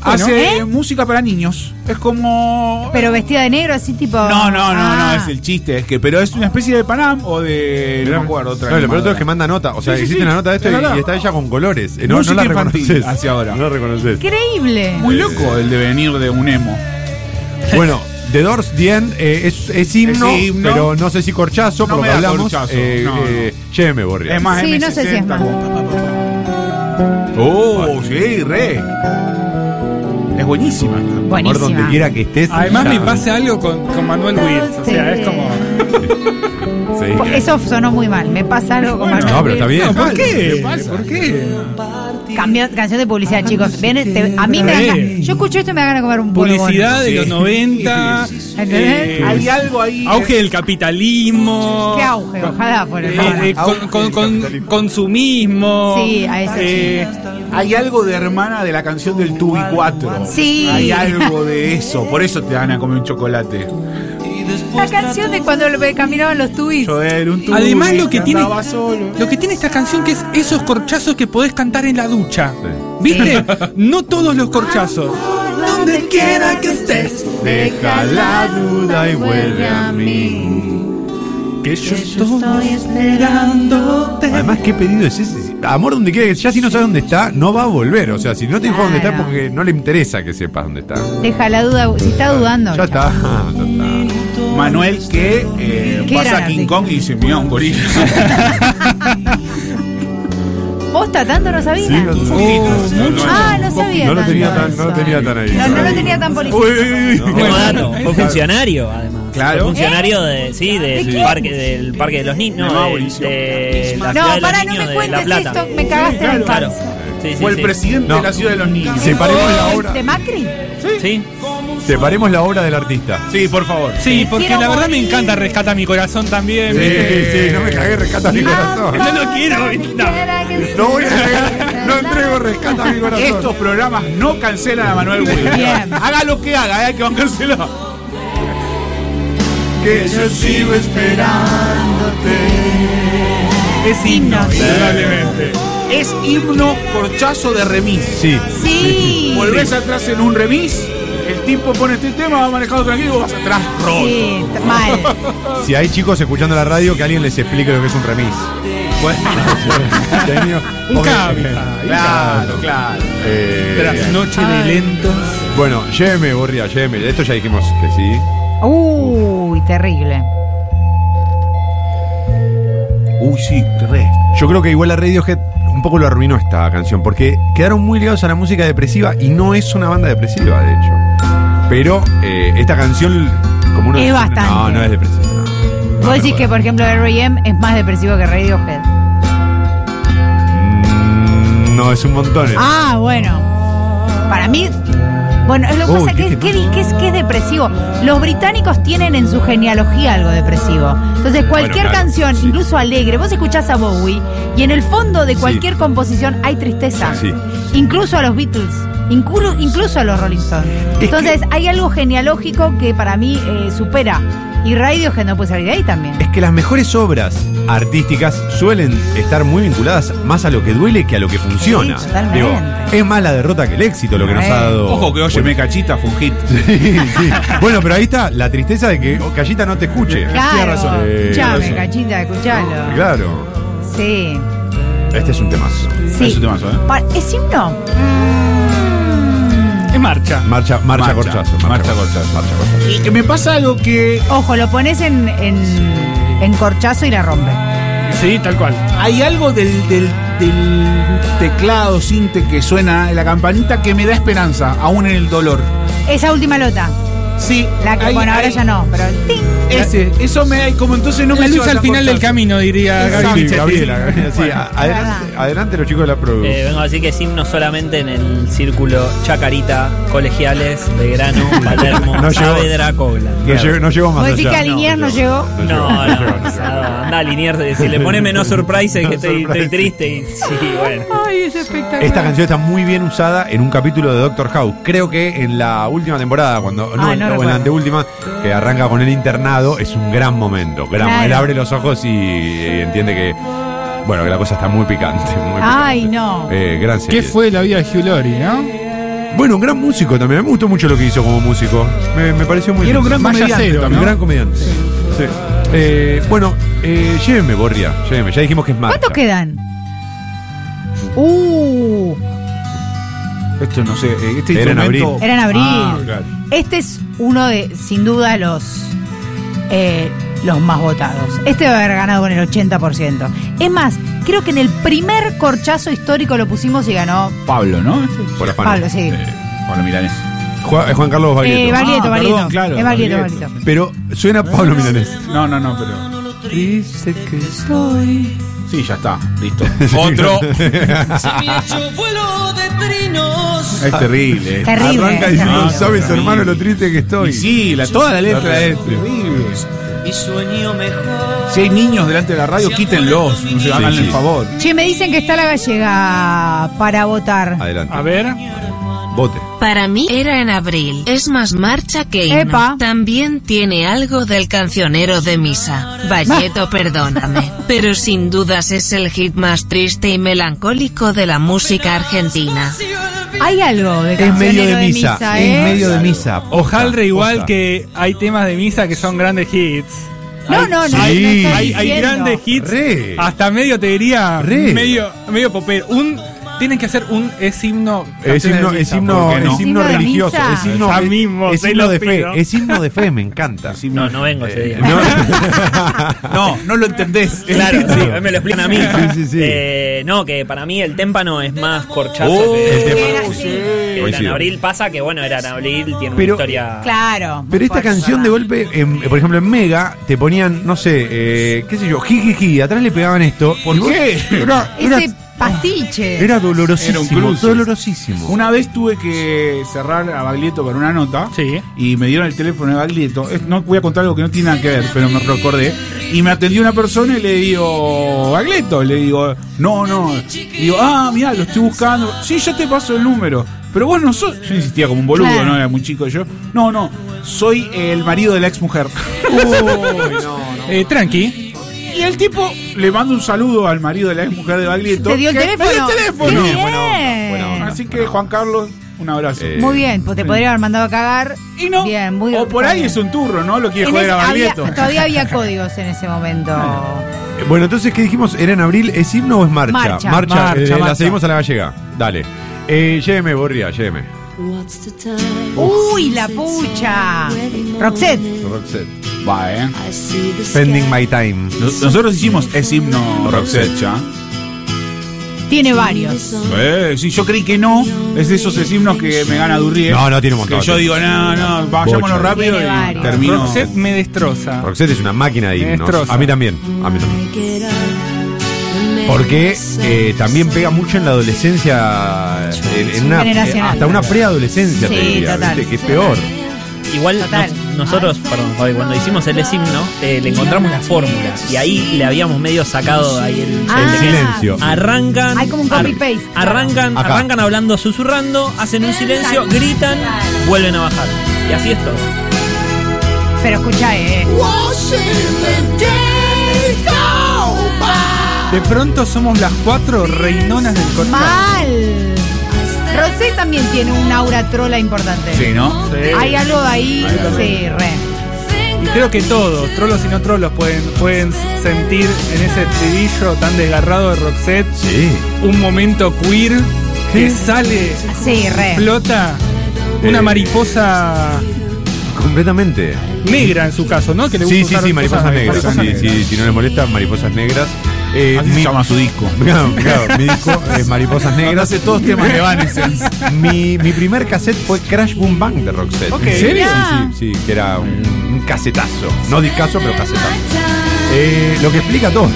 Bueno.
Hace
¿Eh?
música para niños. Es como.
Pero vestida de negro, así tipo.
no, no, no,
Ah.
no, es el chiste. Es que, pero es una especie de Panam o de. No me acuerdo otra.
No, lo peor de todo es
animadora.
que manda nota. O sea,
Sí, sí,
existe
sí.
una nota de esto
Es
y,
verdad.
y está ella con colores. Eh, No, no
Música
la
infantil
reconoces.
hacia ahora.
No la reconoces.
Increíble.
Muy loco el devenir de un emo.
Bueno, The Doors, Dien, eh, es, es himno,
Es himno.
pero no sé si corchazo, por
No
lo
me
que
da
hablamos.
corchazo,
eh,
no, no.
eh, che, me borré.
Es más,
Sí,
M60.
no sé si es más.
Oh, sí, re. Es buenísima. esta.
Por donde
Buenísima.
quiera que estés.
Además
ya.
me pasa algo con, con Manuel Wills, o sea, es como...
Sí.
Eso sonó muy mal. Me pasa algo como.
no, pero está bien.
¿Por qué? ¿Por qué?
Cambio- canción de publicidad, chicos. Viene- te- a mí me da
Sí.
ganas- Yo escucho esto y me da ganas de comer un borbón.
Publicidad de los
Sí.
90,
¿Entendés?
eh,
Hay algo ahí.
auge del capitalismo.
Qué auge, ojalá fuera.
Eh,
hermana.
eh, con, con- con- consumismo.
Sí, a ese
eh,
Hay algo de hermana de la canción del Tubi 4.
Sí.
Hay algo de eso. Por eso te van a comer un chocolate.
La canción de cuando lo- caminaban los tubis.
Yo era un tubi
Además, lo que tiene-
andaba solo.
lo que tiene esta canción que es esos corchazos que podés cantar en la ducha. ¿Viste? no todos los corchazos.
Donde quiera que estés.
Deja la duda y vuelve a mí.
Que yo estoy esperándote.
Además, ¿qué pedido es ese? Amor donde quiera que ya si no sabes dónde está, no va a volver. O sea, si no te dijo dónde está es
Claro.
porque no le interesa que sepas dónde está.
Deja la duda. Si está dudando.
Ya
chao.
está, ya está.
Manuel que eh,
Qué
pasa a
gran
King
artista.
Kong y dice, mira, un gorila.
¿Posta tanto no sabía?
Sí, no-
Oh, mucho.
ah, no sabía.
No lo
tanto.
tenía tan, no lo tenía tan ahí.
No, no lo tenía tan policial.
Uy,
No, claro, fue funcionario además.
Claro.
Fue funcionario de, sí, del, parque, del parque de los niños.
De
No,
Mauricio.
la ciudad
No,
de
pará,
los
no
niños
me
de La
cuentes
Plata.
esto. Me cagaste en la
Claro.
infancia.
Sí, sí,
Fue el
sí.
presidente
No.
de la ciudad de los niños.
Separemos la obra.
¿De Macri?
Sí.
Separemos la obra del artista.
Sí, por favor.
Sí, porque
Quiero
la verdad me
morir.
encanta Rescata mi corazón también.
sí, Ah, no me cagué, rescata mi corazón.
Yo no quiero, no.
No voy a entregar, no entrego rescata mi corazón.
Estos programas no cancelan a Manuel Wilson.
Bien.
Haga lo que haga, hay que bancárselo.
que yo sigo esperándote.
Es himno, probablemente.
Es himno corchazo de remis.
Sí.
Sí.
Volvés atrás en un remis, el tipo pone este tema, va manejando tranquilo, vas atrás, roll.
Sí, t- mal.
Si hay chicos escuchando la radio, que alguien les explique lo que es un remis. Genio.
Un
Porque-
cable.
Claro, claro.
Eh,
Tras noche de lentos.
bueno, lléveme, Borria, lléveme. Esto ya dijimos que sí.
Uy, terrible.
Uy, sí, re.
Yo creo que igual la Radiohead un poco lo arruinó esta canción, porque quedaron muy ligados a la música depresiva y no es una banda depresiva, de hecho. Pero eh, esta canción, como uno
Es
dice,
bastante.
No, no es depresiva. no. No,
Vos decís
no,
que, por ejemplo, R.E.M. es más depresivo que Radiohead.
Mm, No, es un montón.
Ah, bueno. Para mí. Bueno, es lo que
Uy,
pasa
qué
que, que-
tema.
que es, que es depresivo. Los británicos tienen en su genealogía algo depresivo. Entonces, cualquier
claro,
canción,
sí.
incluso alegre, vos escuchás a Bowie y en el fondo de
Sí.
cualquier composición hay tristeza.
Sí.
Incluso a los Beatles, inclu- incluso a los Rolling Stones. Entonces, hay algo genealógico que para mí eh, supera. Y Radiohead no puede salir de ahí también.
Es que las mejores obras artísticas suelen estar muy vinculadas más a lo que duele que a lo que funciona.
totalmente.
Digo, es más la derrota que el éxito lo que nos ha dado.
Ojo que oye, me cachita, fue un hit.
Sí, sí. Bueno, pero ahí está la tristeza de que Callita no te escuche.
Claro.
Eh,
Escuchame,
razón.
cachita, escuchalo.
Claro.
Sí.
Este es un temazo.
Sí. Mm.
Es un temazo, ¿eh?
Pa- ¿Es himno?
Es marcha.
Marcha, marcha,
Marcha,
corchazo.
marcha corchazo.
Marcha corchazo.
Y que me pasa algo que
Ojo, lo pones en, en, en corchazo y la rompe.
Sí, tal cual.
hay algo del, del- del teclado sinte que suena en la campanita que me da esperanza, aún en el dolor.
Esa última lota.
Sí,
La que,
hay-
bueno, ahora
hay-
ya no, pero el ting.
Ese, eso me da como entonces no me
la luz
lleva
al
tan
final del
corchazo.
camino, diría
Exacto.
Gaby
Sí,
Michetti.
Gabriela, Gabriela, sí, a- adelante,
verdad.
adelante los chicos de la producción.
Eh, vengo a decir que es himno solamente en el círculo Chacarita, Colegiales, Belgrano, Palermo,
No llegó.
Saavedra, Coblan.
no, llego, no llego
Vos
más
decís que a
allá.
Liniers no,
No,
llegó.
no llego,
No,
no llego,
no,
no llego.
nada, anda a alinearte. Si le poneme no surprise es que
No
estoy, estoy
surprise.
triste y sí, bueno.
Ay, es espectacular.
Esta canción está muy bien usada en un capítulo de Doctor House. Creo que en la última temporada, cuando. No,
Ah,
en-
no
o en
recuerdo.
la anteúltima, que arranca con el internado, es un gran momento. gran-
Claro.
Él abre los ojos y, y entiende que. Bueno, que la cosa está muy picante. Muy
Ay,
picante.
no.
Eh, gran serie.
¿Qué fue la vida de Hugh Laurie, no?
Bueno, un gran músico también. Me gustó mucho lo que hizo como músico. Me, me pareció muy
Y era un gran
Vaya
comediante
cero,
Un
también.
gran comediante. Sí. Eh, bueno, eh, llévenme, Borria. Llévenme. Ya dijimos que es más.
¿Cuántos quedan? Uh,
Esto no sé, eh, este
Era en
instrumento-
abril.
era en abril.
Ah, claro.
Este es uno de, sin duda, los, eh, los más votados. Este va a haber ganado con el 80%. Es más, creo que en el primer corchazo histórico lo pusimos y ganó
Pablo, ¿no?
Por afán.
Pablo, sí.
Eh, Pablo Milanés.
Juan, Juan Carlos Baglietto.
Eh, Baglietto,
Ah,
Baglietto.
perdón, claro,
es Baglietto,
Baglietto.
Baglietto.
Pero suena Pablo Milanés.
No, no, no, pero.
Dice que
Sí, ya está, listo. Otro. es terrible. eh.
Terrible.
Arranca diciendo,
No,
¿sabes,
no,
hermano,
no.
lo triste que estoy?
Y sí, la, toda la letra
La-
este. es terrible.
Mi sueño mejor.
Si hay niños delante de la radio, quítenlos. No se hagan
sí.
el favor.
Che, me dicen que está la gallega para votar.
Adelante.
A ver.
Vote.
Para mí era en abril. Es más marcha que himno.
Epa.
También tiene algo del cancionero de misa. Valleto, perdóname. Pero sin dudas es el hit más triste y melancólico de la música argentina.
Hay algo de
Es medio de
cancionero
misa.
¿eh?
Es medio de misa.
Ojalre igual
Posta.
que hay temas de misa que son grandes hits.
No, no, no. no
Sí.
estoy
Hay, hay
diciendo.
grandes hits.
Re.
Hasta medio te diría.
Re.
Medio, medio popero. Un, tienen que hacer un es himno.
Es himno, es himno,
¿por qué no?
es himno
Himno de
religioso,
misa.
es himno,
Ya mismo,
es
se
himno
lo
de fe,
pido.
es himno de fe, me encanta.
No, no vengo ese día.
Eh, No, no lo entendés.
Claro, sí, a mí me lo explican a mí.
Sí, sí, sí.
Eh, no, que para mí el témpano es más corchazo
Oh,
que
el témpano,
que
Era
era
así.
en
Coincido.
abril. Pasa que, bueno, era en abril, tiene una
Pero-
historia.
Claro. muy
Pero esta
fuerte,
canción de
¿verdad?
golpe, en- por ejemplo en Mega, te ponían, no sé, eh, qué sé yo, jijiji, atrás le pegaban esto. ¿Por
qué?
Era, era-
Ese pastiche.
era dolorosísimo,
Era un cruce.
dolorosísimo.
Una vez tuve que cerrar a Baglietto para una nota
Sí.
y me dieron el teléfono de Baglietto. Es- No voy a contar algo que no tiene nada que ver, pero me recordé. Y me atendió una persona y le digo, Baglietto, le digo, no, no. Y digo, ah, mira, lo estoy buscando. Sí, yo te paso el número. Pero vos no sos. Yo insistía como un boludo,
Claro.
¿no? Era muy chico yo. No, no. Soy el marido de la ex mujer.
Eh, tranqui.
y el tipo le mando un saludo al marido de la ex mujer de Baglietto.
Te dio el
que
teléfono.
Me dio el teléfono.
Qué bien. Eh,
Así que, Juan Carlos, un abrazo.
Eh,
Muy bien, pues te podría haber mandado a cagar.
Y no.
Bien, muy
o por
está
ahí
bien.
es un turro, ¿no? Lo quiere
En
joder
ese-
a
había-
Barbietto.
todavía había códigos en ese momento.
Eh, Bueno, entonces, ¿qué dijimos? ¿Era en abril? ¿Es himno o es marcha?
Marcha.
eh,
Marcha,
La
marcha.
seguimos a la gallega. Dale. Eh, lléveme, Borria, lléveme.
Uy, la pucha. Roxette.
Roxette.
Va, eh.
Spending my time.
Nos- Nosotros hicimos es himno Roxette, ¿ya?
Tiene varios.
Eh, sí, yo creí que no. Es de esos es himnos que me gana Durrié.
No, no, tiene un montón.
Que yo digo, no, no, vayámonos
Bocha.
rápido
Tiene
y
varios.
termino.
Roxette me destroza.
Roxette es una máquina de
Me
himnos.
destroza.
A mí también. A mí también. Porque eh, también pega mucho en la adolescencia, eh, en, en una,
Generacional.
hasta una preadolescencia, te
Sí,
diría,
total.
¿viste? que es peor.
Igual
Total.
nos- nosotros, perdón, Fabi, cuando hicimos el himno, eh, le encontramos la fórmula. Y ahí le habíamos medio sacado ahí el.
Ah.
El silencio.
Arrancan.
Hay como un copy-paste.
ar- Arrancan,
Acá.
arrancan hablando, susurrando, hacen un silencio, gritan, vuelven a bajar. Y así es todo.
Pero escucha, eh.
De pronto somos las cuatro reinonas del corchazo.
Mal. Roxette también tiene un aura trola importante.
Sí, ¿no?
Hay algo de ahí. Sí, re.
Y creo que todos, trolos y no trolos, pueden, pueden sentir en ese estribillo tan desgarrado de Roxette
Sí.
un momento queer que sale,
Sí, re.
explota Una
Eh,
mariposa
Completamente.
negra en su caso, ¿no? Que le gusta
Sí, sí,
usar
sí,
cosas-
mariposas negras.
mariposas
sí,
negras.
sí, si no le molesta, mariposas negras. Eh,
Así se llama su disco.
Claro, claro, mi disco es Mariposas Negras.
Hace todos temas de Evanescence.
Mi, mi primer cassette fue Crash Boom Bang de Roxette.
Ok.
Sí,
serio?
Sí, sí, sí, que era un, un casetazo. No discazo, pero casetazo. Eh, lo que explica todo.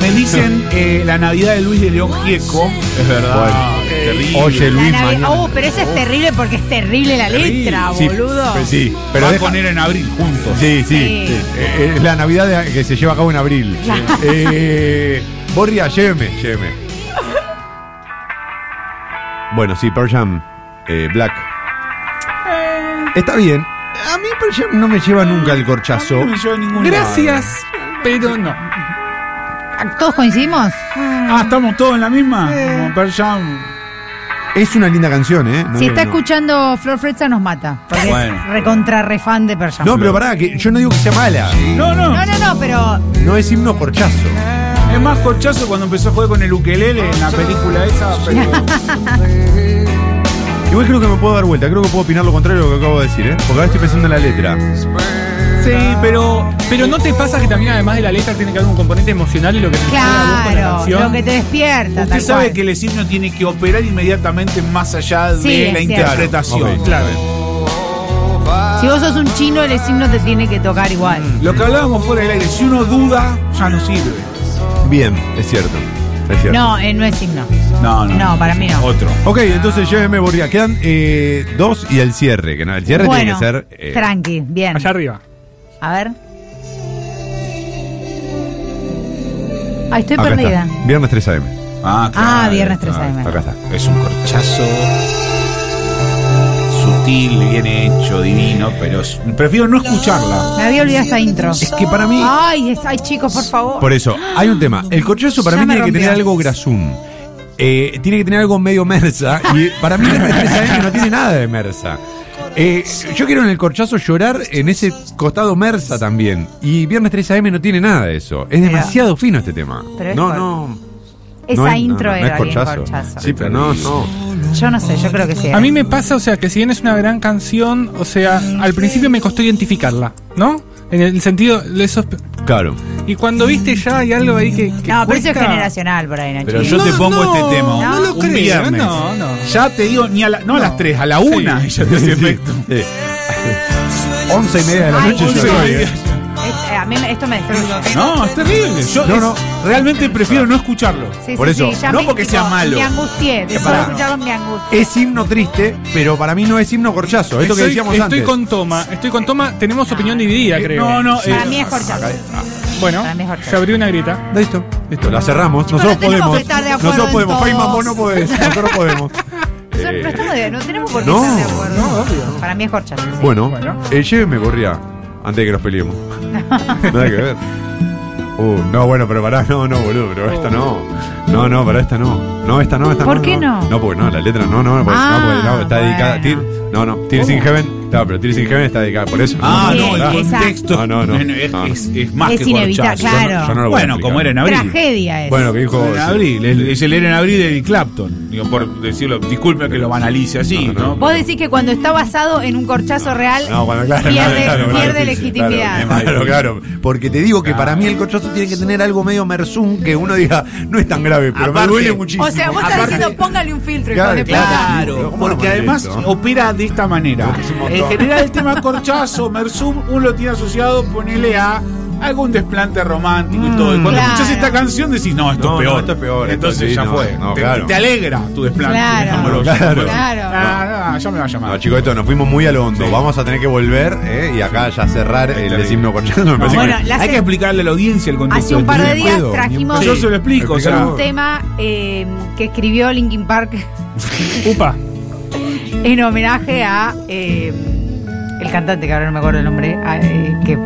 Me dicen eh, la Navidad de Luis de León Gieco. Es verdad. Ah,
Bueno,
Terrible.
Ah, Oye,
La
Luis
Navi-
mañana.
Oh, pero eso es terrible porque es terrible la letra,
Sí,
boludo.
pe- Sí,
Pero
pero
Van
deja-
con él en abril juntos.
Sí, sí.
Sí.
sí. Eh, eh, la Navidad de- que se lleva a cabo en abril. Eh, Borria, lléveme, lléveme. Bueno, sí, Pearl Jam, eh, Black. Está bien. A mí Pearl Jam no me lleva nunca el corchazo.
No me lleva a ningún lado.
Gracias, pero no.
¿Todos coincidimos?
Ah, estamos todos en la misma. Como Pearl Jam.
Es una linda canción, ¿eh? No,
si
no,
está
no.
escuchando Flor Fretza nos mata. Porque
Bueno.
es recontra refan de Pearl Jam.
No, pero pará, que yo no digo que sea mala.
No, no.
no, no, no, pero
No es himno corchazo.
Es más corchazo cuando empezó a jugar con el ukelele en la película esa. Pero...
Igual creo que me puedo dar vuelta, creo que puedo opinar lo contrario de lo que acabo de decir, ¿eh? Porque ahora estoy pensando en la letra.
Sí, pero, pero no te pasa que también además de la letra tiene que haber un componente emocional y lo que te sucede a vos con la
claro,
canción?
lo que te despierta.
Usted
tal
sabe
cual.
que el signo tiene que operar inmediatamente más allá de
Sí, es
la
cierto.
interpretación.
Ok,
Claro.
Si vos sos un chino, el signo te tiene que tocar igual.
Lo que hablábamos fuera del aire, si uno duda, ya no sirve.
Bien, es cierto. Es cierto.
No, eh, no es signo.
No,
No, para mí no.
Otro.
Ok, entonces lléveme Borja. Quedan eh, dos y el cierre. Que no, el cierre tiene
bueno,
que ser. eh,
tranqui, bien.
Allá arriba.
A ver. Ay, estoy
acá
perdida.
está. Viernes 3 AM.
Ah,
Ah, viernes 3 AM.
Acá está.
Es un corchazo sutil, bien hecho, divino, pero es- prefiero no escucharla.
Me había olvidado esta intro.
Es que para mí.
Ay, es- ay chicos, por favor.
Por eso, hay un tema. El corchazo para
Ya
mí
me
tiene que
rompió.
tener algo grasum. Eh, tiene que tener algo medio mersa. Y para mí, Viernes 3 AM no tiene nada de mersa. Eh, yo quiero en el corchazo llorar en ese costado mersa también. Y Viernes 3 AM no tiene nada de eso. Es demasiado fino este tema.
Pero es
no,
cor-
no.
Esa
no es- no, no,
intro
no
era
es
bien
corchazo.
corchazo.
Sí, pero no, no.
Yo no sé, yo creo que sí. eh.
A mí me pasa, o sea, que si bien es una gran canción, o sea, al principio me costó identificarla, ¿no? En el sentido de esos...
Claro.
Y cuando viste ya hay algo ahí que... que
No, pero eso es
cuesta.
generacional por ahí, Nacho.
Pero yo
No,
te pongo
no,
este tema.
no lo
un
creo,
viernes.
no, no.
Ya te digo, ni a la- no, a las 3, a la 1 ya te hace efecto.
Sí. Once y media de la
Ay,
noche
once
yo
y
estoy,
media.
¿eh?
Es- eh, a mí me- esto me destruye.
No, es terrible. Yo
No,
es-
no.
realmente prefiero no escucharlo.
Sí,
por
sí,
eso,
sí, ya
no
me-
porque sea malo.
Me angustié, de solo
pará.
escucharlo me angustié.
Es himno triste, pero para mí no es himno corchazo. Es lo que
Estoy-
decíamos
estoy
antes.
con Toma, estoy con Toma, tenemos opinión dividida, creo.
No, no, eh,
Para mí es corchazo.
Bueno,
Para mí es horchata.
se abrió una grieta.
Listo, listo, la cerramos.
Chicos,
Nosotros
no tenemos
podemos.
que estar de acuerdo
Nosotros
en
podemos.
todo.
Feynman, vos no podés. Nosotros podemos.
Nosotros
Eh,
no, estamos de- no tenemos por qué
no,
estar de acuerdo.
no, obvio.
Para mí es corchazo. sí.
Bueno,
Bueno.
eh, lléveme, Gorria, antes de que nos peleemos. Nada que ver. Uh, no, bueno, pero pará, no, no, boludo, pero esta no. No, no, para esta no. No, esta no, esta
¿Por
no.
qué
no?
no?
No, porque no, la letra no, no, porque,
Ah,
no, porque no, está
bueno. Uh.
dedicada. Tear- no, no, Tears in Heaven. Claro, pero Tears in Heaven está dedicada por eso.
Ah,
Sí,
no,
pará.
el
esa-
contexto.
Ah, No, no, no.
Es,
No, no.
es- es más
Es
que
inevitable,
corchazo.
claro.
Yo no lo voy a
Bueno,
explicar.
como era en abril.
Tragedia es.
Bueno, que dijo.
En abril, es, es el era en abril de Eric Clapton. Digo, por decirlo, disculpe que lo banalice así,
No,
¿no?
no, no.
Vos decís que cuando está basado en un corchazo real,
No, bueno, claro, claro,
pierde,
claro,
pierde
claro,
legitimidad.
Claro, claro, claro. Porque te digo que
Claro.
para mí el corchazo tiene que tener algo medio mersum que uno diga, no es tan grave, pero me
Aparte-
duele muchísimo.
o sea, vos estás
Aparte-
diciendo, póngale un filtro, hijo
Claro,
de
claro.
puta.
Pero
Claro,
¿cómo
porque
lo
además
manejo?
opera de esta manera.
Porque es un montón.
En general el tema corchazo, Mersum, uno lo tiene asociado, ponele a algún desplante romántico y todo. Y cuando
claro.
escuchás esta canción decís, no, esto
No,
es peor.
no, esto es peor,
Entonces
esto sí,
ya
no,
fue.
no,
te,
claro.
te alegra tu desplante.
Claro.
amoroso.
Claro.
Claro.
Ah, ah, ya me va a
No,
llamar.
chicos, esto nos fuimos muy a lo hondo.
Sí.
Vamos a tener que volver ¿eh? y acá ya cerrar el designo corchazo. Me parece
Bueno,
que-
la
Hay
hace-
que explicarle a la audiencia el contexto.
Hace
del
un par de
tema.
Ni en
días
pedo, ni en
trajimos-
pedo.
Yo se lo explico, o sea,
Explícalo.
Un tema eh, que escribió Linkin Park
Upa.
en homenaje a eh, el cantante, que ahora no me acuerdo el nombre, a, eh, que,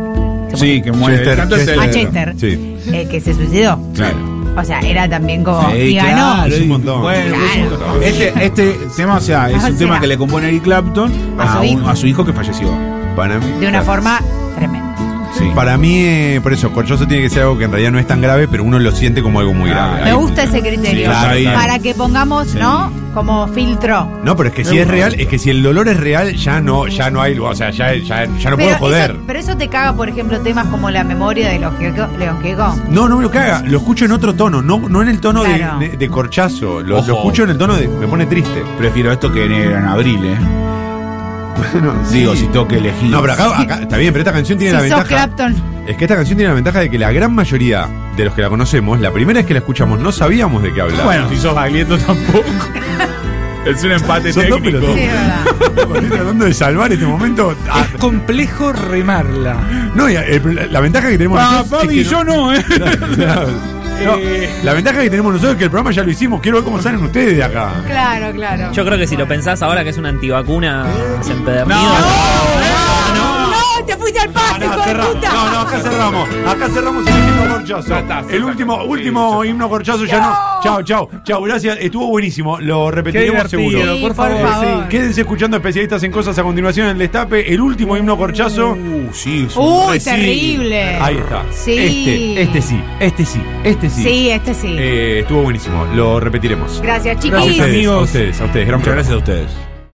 se
Sí, que muere.
Chester,
El canto es el-
murió. a Ah, Chester,
Sí.
eh, que se suicidó.
Claro.
O sea, era también como.
Sí,
y ganó.
claro,
Es un montón.
Bueno, es un
Claro.
montón. Este, este tema, o sea, es
Ah,
un
o
tema
sea,
que le compone Eric Clapton
a
a,
su
un-
hijo.
a su hijo que falleció.
Para mí-
De una forma tremenda.
Sí.
Para mí, eh, por eso, corchazo tiene que ser algo que en realidad no es tan grave, pero uno lo siente como algo muy
Ah,
grave.
ahí-
Me gusta ese criterio.
claro, ahí-
para que pongamos,
Sí.
¿no? Como filtro.
No, pero es que si es real, es que si el dolor es real, ya no, ya no hay, o sea, ya, ya, ya no puedo joder.
Eso, pero eso te caga, por ejemplo, temas como la memoria de los que los que
No, no me lo caga, lo escucho en otro tono, no, no en el tono de-
Claro.
de, de corchazo, lo, lo
Ojo.
escucho en el tono de me pone triste.
Prefiero esto que en, en abril, ¿eh? Digo, si tengo que elegir.
No, pero acá, acá- está bien, pero esta canción
Si
tiene
sos
la ventaja.
Clapton,
Es que esta canción tiene la ventaja de que la gran mayoría de los que la conocemos, la primera vez que la escuchamos, no sabíamos de qué hablar.
Bueno, si sos Baglietto tampoco. es un empate
Son dos
técnico.
pelotudos.
sí, es verdad.
tratando de salvar este momento. Ah,
Es complejo remarla.
no, y, eh, la, la ventaja que tenemos
Ah,
nosotros.
Fabi,
es que no-
yo no, ¿eh?
No,
Eh,
la ventaja que tenemos nosotros es que el programa ya lo hicimos. Quiero ver cómo salen ustedes de acá.
Claro, claro.
Yo creo que si lo pensás ahora que es una antivacuna es empedernido.
No, te fuiste al pasto, hijo de puta.
Ah, No, no, acá cerramos. Acá cerramos el himno corchazo. El último, último himno corchazo ya no. Chao, chao, chao. Gracias. Estuvo buenísimo. Lo repetiremos
divertido.
seguro.
Sí,
por
por
favor,
favor.
Eh, Sí, Quédense escuchando especialistas en cosas a continuación en el destape. El último himno corchazo.
Uh, sí, es un
Uy,
re- sí.
terrible.
Ahí está.
Sí.
Este, este sí, este sí, este sí.
Sí, este sí.
Eh, estuvo buenísimo. Lo repetiremos.
Gracias,
a
chiquis.
ustedes,
amigos.
a ustedes, a ustedes. Gran
Muchas
programa.
gracias a ustedes.